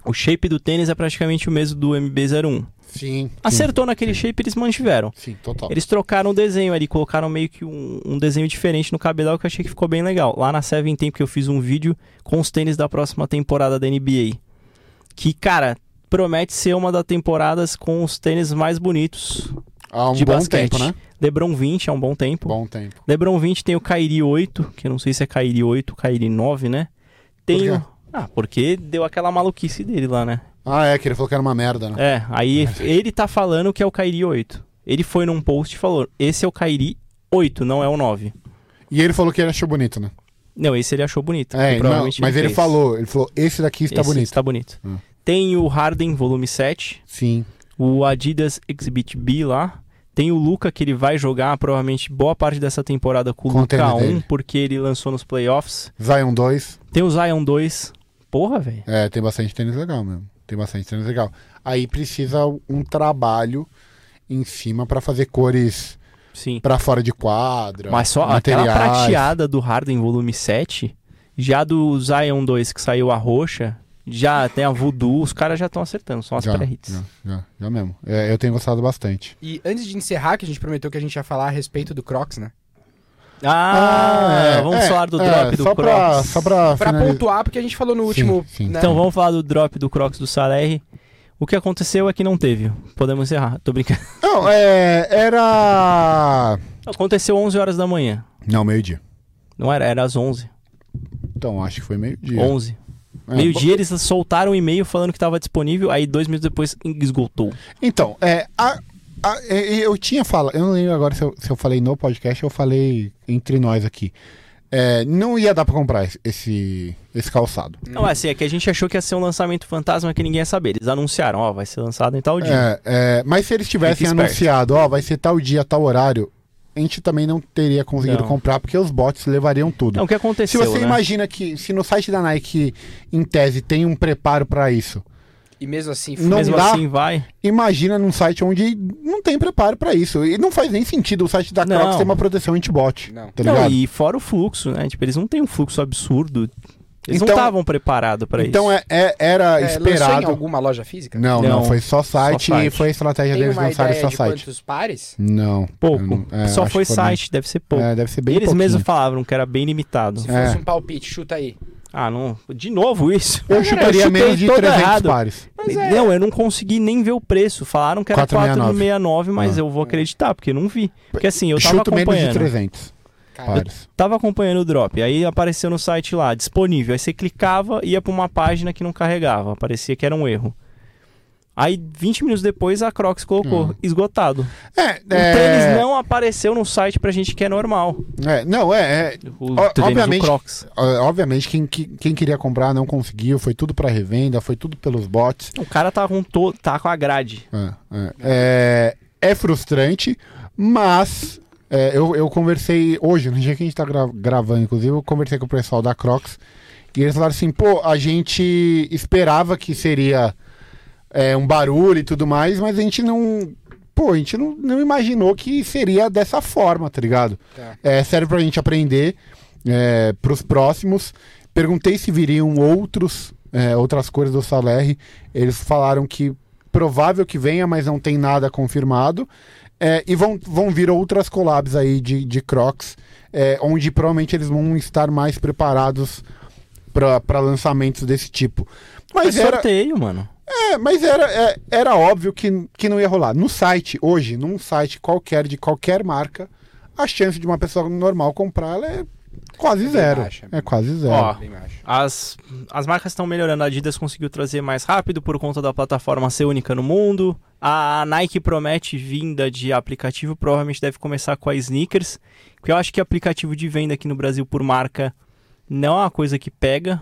S1: o shape do tênis, é praticamente o mesmo do MB-01.
S2: Sim.
S1: Acertou naquele shape, eles mantiveram.
S2: Sim, sim, total.
S1: Eles trocaram o desenho ali, colocaram meio que um, um desenho diferente no cabedal que eu achei que ficou bem legal. Lá na Seven tem, porque eu fiz um vídeo com os tênis da próxima temporada da NBA. Que, cara, promete ser uma das temporadas com os tênis mais bonitos
S2: Há um
S1: de
S2: bom
S1: basquete.
S2: tempo, né?
S1: LeBron 20 há um bom tempo.
S2: Bom tempo.
S1: LeBron 20 tem o Kairi 8, que eu não sei se é Kairi 8 ou Kairi 9, né? Tem
S2: Por quê?
S1: o... Ah, porque deu aquela maluquice dele lá, né?
S2: Ah, é, que ele falou que era uma merda, né?
S1: É, aí ele tá falando que é o Kairi 8. Ele foi num post e falou: "Esse é o Kairi 8, não é o 9".
S2: E ele falou que ele achou bonito, né?
S1: Não, esse ele achou bonito.
S2: É,
S1: e
S2: não,
S1: Então, provavelmente
S2: mas ele
S1: fez.
S2: falou, ele falou, esse daqui está
S1: Esse
S2: bonito.
S1: Está bonito.
S2: Hum.
S1: Tem o Harden Volume 7,
S2: Sim.
S1: o Adidas Exhibit B lá. Tem o Luca que ele vai jogar provavelmente boa parte dessa temporada com o
S2: Com o
S1: Luca
S2: tênis
S1: 1,
S2: dele.
S1: porque ele lançou nos playoffs.
S2: Zion 2,
S1: Tem o Zion 2. Porra, velho.
S2: é, tem bastante tênis legal mesmo. Tem bastante tênis legal. Aí precisa um trabalho em cima pra fazer cores
S1: Sim.
S2: pra fora de quadra.
S1: Mas só
S2: materiais.
S1: aquela prateada do Harden volume 7, já do Zion 2 que saiu a roxa, já tem a Voodoo, os caras já estão acertando, são as
S2: já,
S1: pré-hits.
S2: já, já, já mesmo. É, eu tenho gostado bastante.
S3: E antes de encerrar, que a gente prometeu que a gente ia falar a respeito do Crocs, né?
S1: Ah, vamos
S2: é,
S1: falar do
S2: é,
S1: drop do
S2: só
S1: Crocs.
S2: Pra, só pra,
S3: Pra
S2: finalizar.
S3: pontuar, porque a gente falou no
S2: Sim,
S3: último.
S2: sim.
S3: né?
S1: Então vamos falar do drop do Crocs do Saler. O que aconteceu é que não teve. Podemos encerrar, tô brincando.
S2: Não, é, era...
S1: Aconteceu 11 horas da manhã.
S2: Não, meio-dia.
S1: Não era, era às 11.
S2: Então, acho que foi meio-dia.
S1: 11.
S2: É.
S1: Meio-dia eles soltaram um e-mail falando que tava disponível, aí dois minutos depois esgotou.
S2: Então, é, a- a- é, eu tinha falado, eu não lembro agora se eu, se eu falei no podcast ou eu falei entre nós aqui. É, não ia dar pra comprar esse- esse, esse calçado.
S1: Não, assim, é que a gente achou que ia ser um lançamento fantasma que ninguém ia saber. Eles anunciaram, ó, vai ser lançado em tal dia.
S2: É, é, mas se eles tivessem
S1: Fica esperto.
S2: anunciado, ó, vai ser tal dia, tal horário, a gente também não teria conseguido
S1: Não.
S2: comprar, porque os bots levariam tudo.
S1: Então, o que
S2: se
S1: aconteceu,
S2: você
S1: né?
S2: imagina que, se no site da Nike, em tese, tem um preparo pra isso,
S3: E mesmo assim,
S2: não
S1: Mesmo
S2: dá.
S1: assim, vai.
S2: imagina num site onde não tem preparo pra isso. E não faz nem sentido o site da
S1: Não.
S2: Crocs ter uma proteção anti-bot.
S3: Não.
S2: Tá
S1: não,
S2: ligado?
S1: e fora o fluxo, né? Tipo, eles não têm um fluxo absurdo. Eles não
S2: Então-
S1: estavam preparados pra
S2: Então
S1: isso.
S2: é- é- era
S3: É, lançou em
S2: esperado.
S3: alguma loja física?
S2: Não, não,
S1: Não,
S2: foi só site,
S1: só
S2: e
S1: site.
S2: foi a estratégia
S3: Tem
S2: deles
S3: uma
S2: lançarem
S3: ideia
S2: só
S3: de
S2: site.
S3: quantos pares?
S2: Não. eu
S1: Pouco.
S2: não- é,
S1: Só
S2: acho
S1: foi
S2: que
S1: site, deve ser
S2: bem-
S1: pouco.
S2: É, deve ser bem
S1: eles
S2: pouquinho.
S1: mesmos falavam que era bem limitado.
S3: Se
S2: É.
S3: fosse um palpite, chuta aí.
S1: Ah, não. De novo isso?
S2: Eu
S1: Cara,
S2: chutaria
S1: chutei
S2: menos de
S1: todo
S2: 300
S1: errado.
S2: pares.
S3: Mas é.
S1: Não, eu não consegui nem ver o preço. Falaram que era
S2: 4,69.
S1: 4,69, mas
S2: Ah.
S1: eu vou acreditar, porque eu não vi. Porque assim, eu tava
S2: Chuto menos de
S1: acompanhando.
S2: 300
S3: Cara,
S2: pares.
S1: Tava acompanhando o drop, aí apareceu no site lá, disponível. Aí você clicava ia pra uma página que não carregava, parecia que era um erro. Aí 20 minutos depois a Crocs colocou,
S2: Hum.
S1: esgotado.
S2: É,
S1: O tênis
S2: é,
S1: não apareceu no site pra gente que é normal.
S2: é, não, é, é,
S1: O
S2: Ó,
S1: tênis
S2: obviamente-
S1: do Crocs.
S2: ó, Obviamente, quem, que- quem queria comprar não conseguiu. Foi tudo pra revenda, foi tudo pelos bots.
S1: O cara tá com, to... tá com a grade.
S2: É, é. É- é frustrante, mas é, eu, eu conversei hoje, no dia que a gente tá gra- gravando, inclusive, eu conversei com o pessoal da Crocs e eles falaram assim: pô, a gente esperava que seria é, um barulho e tudo mais, mas a gente não. Pô, a gente não, não imaginou que seria dessa forma, tá ligado?
S3: Tá.
S2: É, serve pra gente aprender é, pros próximos. Perguntei se viriam outros, é, outras cores do Salerri. Eles falaram que provável que venha, mas não tem nada confirmado. É, e vão, vão vir outras collabs aí de, de Crocs, é, onde provavelmente eles vão estar mais preparados para lançamentos desse tipo. Mas
S1: Mas
S2: era,
S1: sorteio, mano.
S2: é, mas era, é, era óbvio que, que não ia rolar. No site, hoje, num site qualquer, de qualquer marca, a chance de uma pessoa normal comprar ela é quase
S3: É bem
S2: zero.
S3: baixa.
S2: É quase zero.
S1: Ó,
S3: bem baixo.
S1: As, as marcas estão melhorando. A Adidas conseguiu trazer mais rápido por conta da plataforma ser única no mundo. A Nike promete vinda de aplicativo, provavelmente deve começar com a Sneakers. Porque eu acho que aplicativo de venda aqui no Brasil por marca não é uma coisa que pega.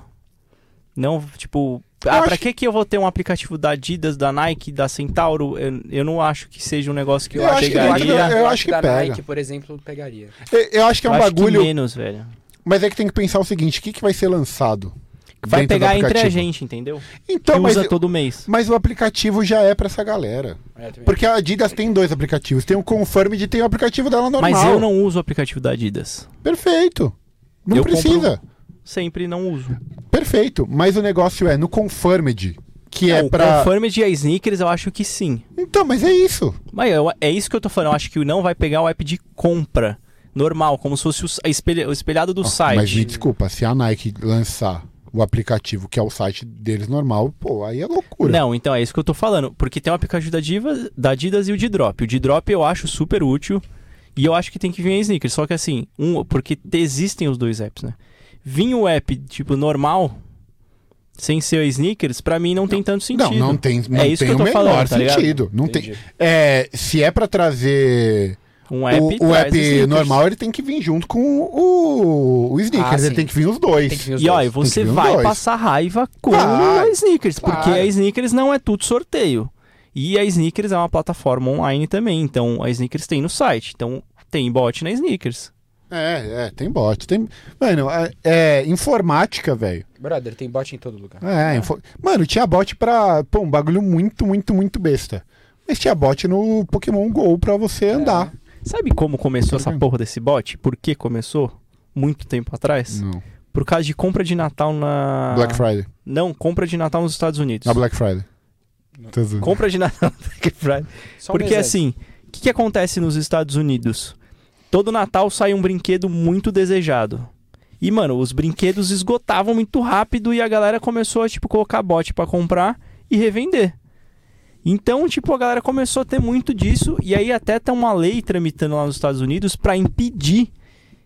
S1: Não, tipo, ah,
S2: acho
S1: pra que que eu vou ter um aplicativo da Adidas, da Nike, da Centauro? Eu, eu não acho que seja um negócio que eu,
S2: Eu acho que- eu acho que-
S1: pegaria.
S2: eu acho que
S3: da
S2: pega.
S3: Nike, por exemplo, pegaria.
S2: Eu, eu acho que é um
S1: Eu acho que
S2: bagulho.
S1: menos, velho.
S2: Mas é que tem que pensar o seguinte: o que, que vai ser lançado?
S1: Vai
S2: dentro do
S1: pegar entre a
S2: aplicativo?
S1: gente, entendeu?
S2: Então,
S1: que
S2: mas,
S1: usa todo mês.
S2: mas o aplicativo já é pra essa galera.
S3: É, também.
S2: Porque a Adidas tem dois aplicativos. Tem o Confirmed e tem o aplicativo dela normal.
S1: Mas eu não uso o aplicativo da Adidas.
S2: Perfeito. Não
S1: Eu um.
S2: precisa.
S1: Sempre não uso.
S2: Perfeito. Mas o negócio é no Confirmed, que
S1: Não,
S2: é pra...
S1: O Confirmed e a Sneakers eu acho que sim.
S2: Então, mas é isso.
S1: Mas eu- é isso que eu tô falando. Eu acho que não vai pegar o app de compra normal, como se fosse o, s- a espelha- o espelhado do
S2: Ó,
S1: site.
S2: Ah, Mas me desculpa, se a Nike lançar o aplicativo que é o site deles normal, pô, aí é loucura.
S1: Não, então é isso que eu tô falando. Porque tem o aplicativo da, Diva, da Adidas e o de Drop. O de Drop eu acho super útil. E eu acho que tem que vir a Sneakers. Só que assim, um, porque te- existem os dois apps, né? Vim o app, tipo, normal, sem ser a Sneakers, pra mim não, tem tanto
S2: Não,
S1: sentido.
S2: não, tem, não
S1: É isso
S2: tem
S1: que eu
S2: o
S1: tô
S2: menor
S1: falando, tá ligado?
S2: é, sentido. não tem,
S3: Entendi.
S2: é, se é pra trazer
S1: Um app
S2: o, o
S1: traz
S2: app
S1: sneakers.
S2: normal é ele tem que vir junto com o, o
S3: Ah,
S2: sneakers,
S3: sim.
S2: ele tem que vir os dois.
S3: Tem que vir os
S1: E ó,
S3: dois.
S1: e você
S2: vir os
S1: vai
S2: dois.
S1: passar raiva com
S2: Vai,
S1: a Sneakers, porque
S3: claro.
S1: a Sneakers não é tudo sorteio. E a Sneakers é uma plataforma online também, então a Sneakers tem no site. Então tem bot na Sneakers.
S2: É, é, tem bot. Tem... Mano, é, é informática, velho.
S3: Brother, tem bot em todo lugar.
S1: Ah.
S2: É, info- Mano, tinha bot pra. Pô, um bagulho muito, muito, muito besta. Mas tinha bot no Pokémon GO pra
S1: É.
S2: você andar.
S1: Sabe como começou essa porra desse bot? Por que começou? Muito tempo atrás?
S2: Não.
S1: Por causa de compra de Natal na.
S2: Hum. Black Friday.
S1: Não, compra de Natal nos Estados Unidos.
S2: Na Black Friday. Tô zoando.
S1: Compra de Natal na Black Friday.
S3: Só um
S1: Porque
S3: exemplo.
S1: assim, o que, que acontece nos Estados Unidos? Todo Natal sai um brinquedo muito desejado. E, mano, os brinquedos esgotavam muito rápido e a galera começou a, tipo, colocar bot pra comprar e revender. Então, tipo, a galera começou a ter muito disso e aí até tem uma lei tramitando lá nos Estados Unidos pra impedir,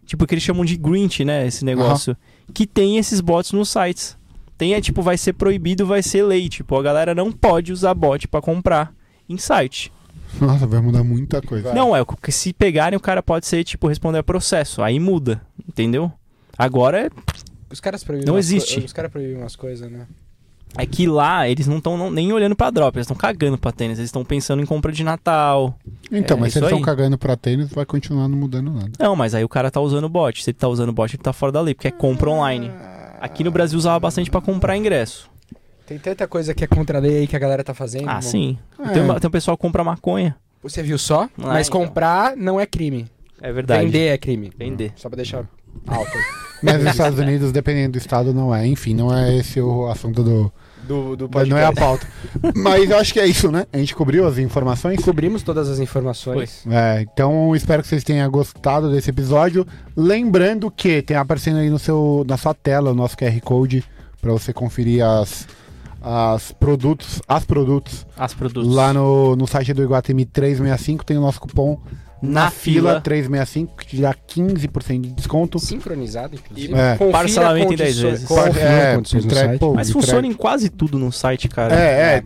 S1: tipo, que eles chamam de Grinch, né, esse negócio, que tem esses bots nos sites. Tem, é tipo, vai ser proibido, vai ser lei, tipo, a galera não pode usar bot pra comprar em site.
S2: Nossa, vai mudar muita coisa.
S1: Não, é, porque se pegarem, o cara pode ser, tipo, responder a processo. Aí muda, entendeu? Agora,
S3: Os caras proíbem
S1: Não
S3: umas
S1: existe.
S3: co- Os caras proíbem umas coisas, né?
S1: é que lá eles não estão nem olhando pra drop, eles estão cagando pra tênis, eles estão pensando em compra de Natal.
S2: Então,
S1: é
S2: mas se
S1: isso
S2: eles estão
S1: aí.
S2: cagando pra tênis, vai continuar não mudando nada.
S1: Não, mas aí o cara tá usando bot. Se ele tá usando bot, ele tá fora da lei, porque é compra online. Aqui no Brasil usava bastante pra comprar ingresso.
S3: Tem tanta coisa que é contra a lei aí que a galera tá fazendo.
S1: Ah,
S3: irmão.
S1: sim.
S2: É.
S1: Tem, uma- tem um pessoal que compra maconha.
S3: Você viu só? mas
S1: então.
S3: comprar não é crime.
S1: É verdade.
S3: Vender é crime.
S1: Vender.
S3: Só pra deixar alto.
S2: Mas nos Estados Unidos, dependendo do estado, não é. Enfim, não é esse o assunto do.
S3: do, do
S2: Não é a pauta. Mas eu acho que é isso, né? A gente cobriu as informações.
S3: Cobrimos todas as informações.
S2: É, então espero que vocês tenham gostado desse episódio. Lembrando que tem aparecendo aí no seu, na sua tela o nosso QR Code para você conferir as, as produtos, as produtos
S1: As produtos.
S2: lá no, no site do Iguatemi 365 tem o nosso cupom
S1: Na fila.
S2: 365 que te dá 15% de desconto.
S3: Sincronizado, inclusive.
S2: É.
S3: Confira
S1: Parcelamento em 10
S3: condições-
S1: vezes.
S3: Confira
S2: É,
S3: condições no
S2: entrega-
S3: site.
S2: pô,
S1: Mas
S2: entrega-
S1: funciona em quase tudo no site, cara.
S2: É, é.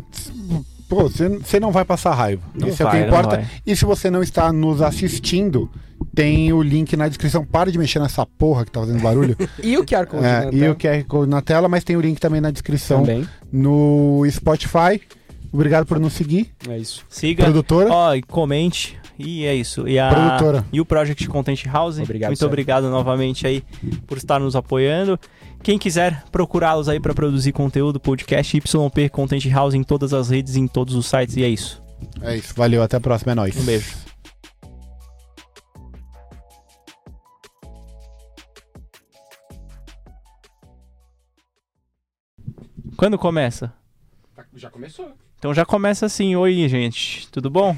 S2: Pô, você você não vai passar raiva.
S1: Não
S2: Isso é
S1: vai,
S2: o que
S1: não
S2: importa.
S1: vai.
S2: E se você não está nos assistindo, tem o link na descrição. Para de mexer nessa porra que tá fazendo barulho.
S3: E o QR Code.
S2: É,
S3: né,
S2: e
S3: tá?
S2: o QR Code na tela, mas tem o link também na
S1: então.
S2: descrição
S3: Também.
S2: no Spotify. Obrigado por nos seguir,
S3: É isso.
S1: Siga.
S2: produtora.
S1: Ó, e comente. E é isso. E a
S2: Produtora.
S1: E o Project Content House.
S3: Obrigado,
S1: Muito
S3: Sérgio.
S1: obrigado novamente aí por estar nos apoiando. Quem quiser procurá-los aí para produzir conteúdo, podcast YP Content House em todas as redes, em todos os sites. E é isso.
S2: É isso, valeu, até a próxima, é nóis.
S1: Um beijo. Quando começa?
S3: Tá, Já começou.
S1: Então já começa assim. Oi, gente. Tudo bom?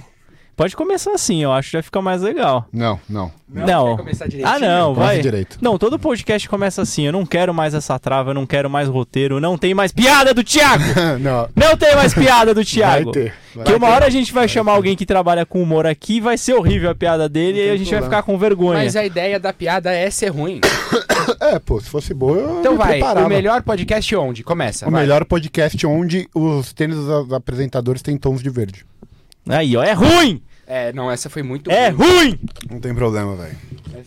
S1: Pode começar assim, eu acho que já fica mais legal.
S2: Não, não.
S1: Não. Não.
S3: começar direitinho?
S1: Ah, não,
S2: Começa
S1: vai.
S2: direito.
S1: Não, todo podcast começa assim. Eu não quero mais essa trava, eu não quero mais roteiro, não tem mais piada do Thiago!
S2: não,
S1: Não tem mais piada do Thiago!
S2: vai ter. Vai
S1: Que uma
S2: ter.
S1: hora a gente vai chamar alguém que trabalha com humor aqui, vai ser horrível a piada dele e aí a gente vai
S2: problema.
S1: ficar com vergonha.
S3: Mas a ideia da piada é ser ruim.
S2: É, pô, se fosse boa, eu
S3: Então
S2: me
S3: vai,
S2: preparava.
S3: o melhor podcast onde? Começa.
S2: O
S3: vai.
S2: melhor podcast onde os tênis dos apresentadores têm tons de verde.
S1: Aí, ó, é ruim!
S3: É, não, essa foi muito
S1: É
S3: ruim.
S1: ruim!
S2: Não tem problema, velho.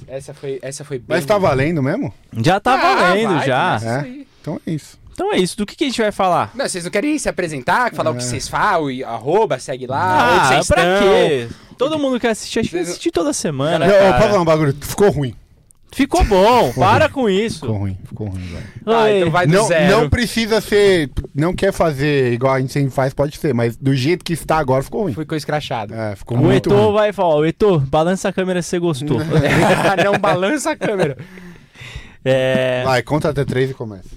S3: Essa foi, essa foi bem
S2: Mas tá valendo mesmo?
S1: Já tá
S3: Ah,
S1: valendo,
S3: vai,
S1: já.
S3: começa. Isso
S2: É.
S3: aí.
S2: Então é isso.
S1: Então é isso, do que, que a gente vai falar?
S3: Não, vocês não querem se apresentar, falar
S2: É.
S3: o que vocês falam, e arroba, segue lá, onde
S1: Ah,
S3: vocês
S1: pra
S3: estão.
S1: quê? Todo mundo quer assistir, acho que
S3: Vocês-
S1: assistir toda semana.
S2: Não,
S1: cara.
S2: ó, posso falar um bagulho? Ficou ruim.
S1: Ficou bom, para com isso.
S2: Ficou ruim, ficou ruim, velho.
S3: Ah,
S1: Oi.
S3: então vai do
S2: Não,
S3: zero.
S2: não precisa ser. Não quer fazer igual a gente sempre faz, pode ser, mas do jeito que está agora ficou ruim.
S3: Fui com escrachado.
S2: É, ficou
S1: O
S2: muito
S1: Etor
S2: ruim.
S1: vai falar, ó, Etor, balança a câmera se você gostou.
S2: É.
S3: não balança a câmera.
S1: é...
S2: Vai, conta até três e começa.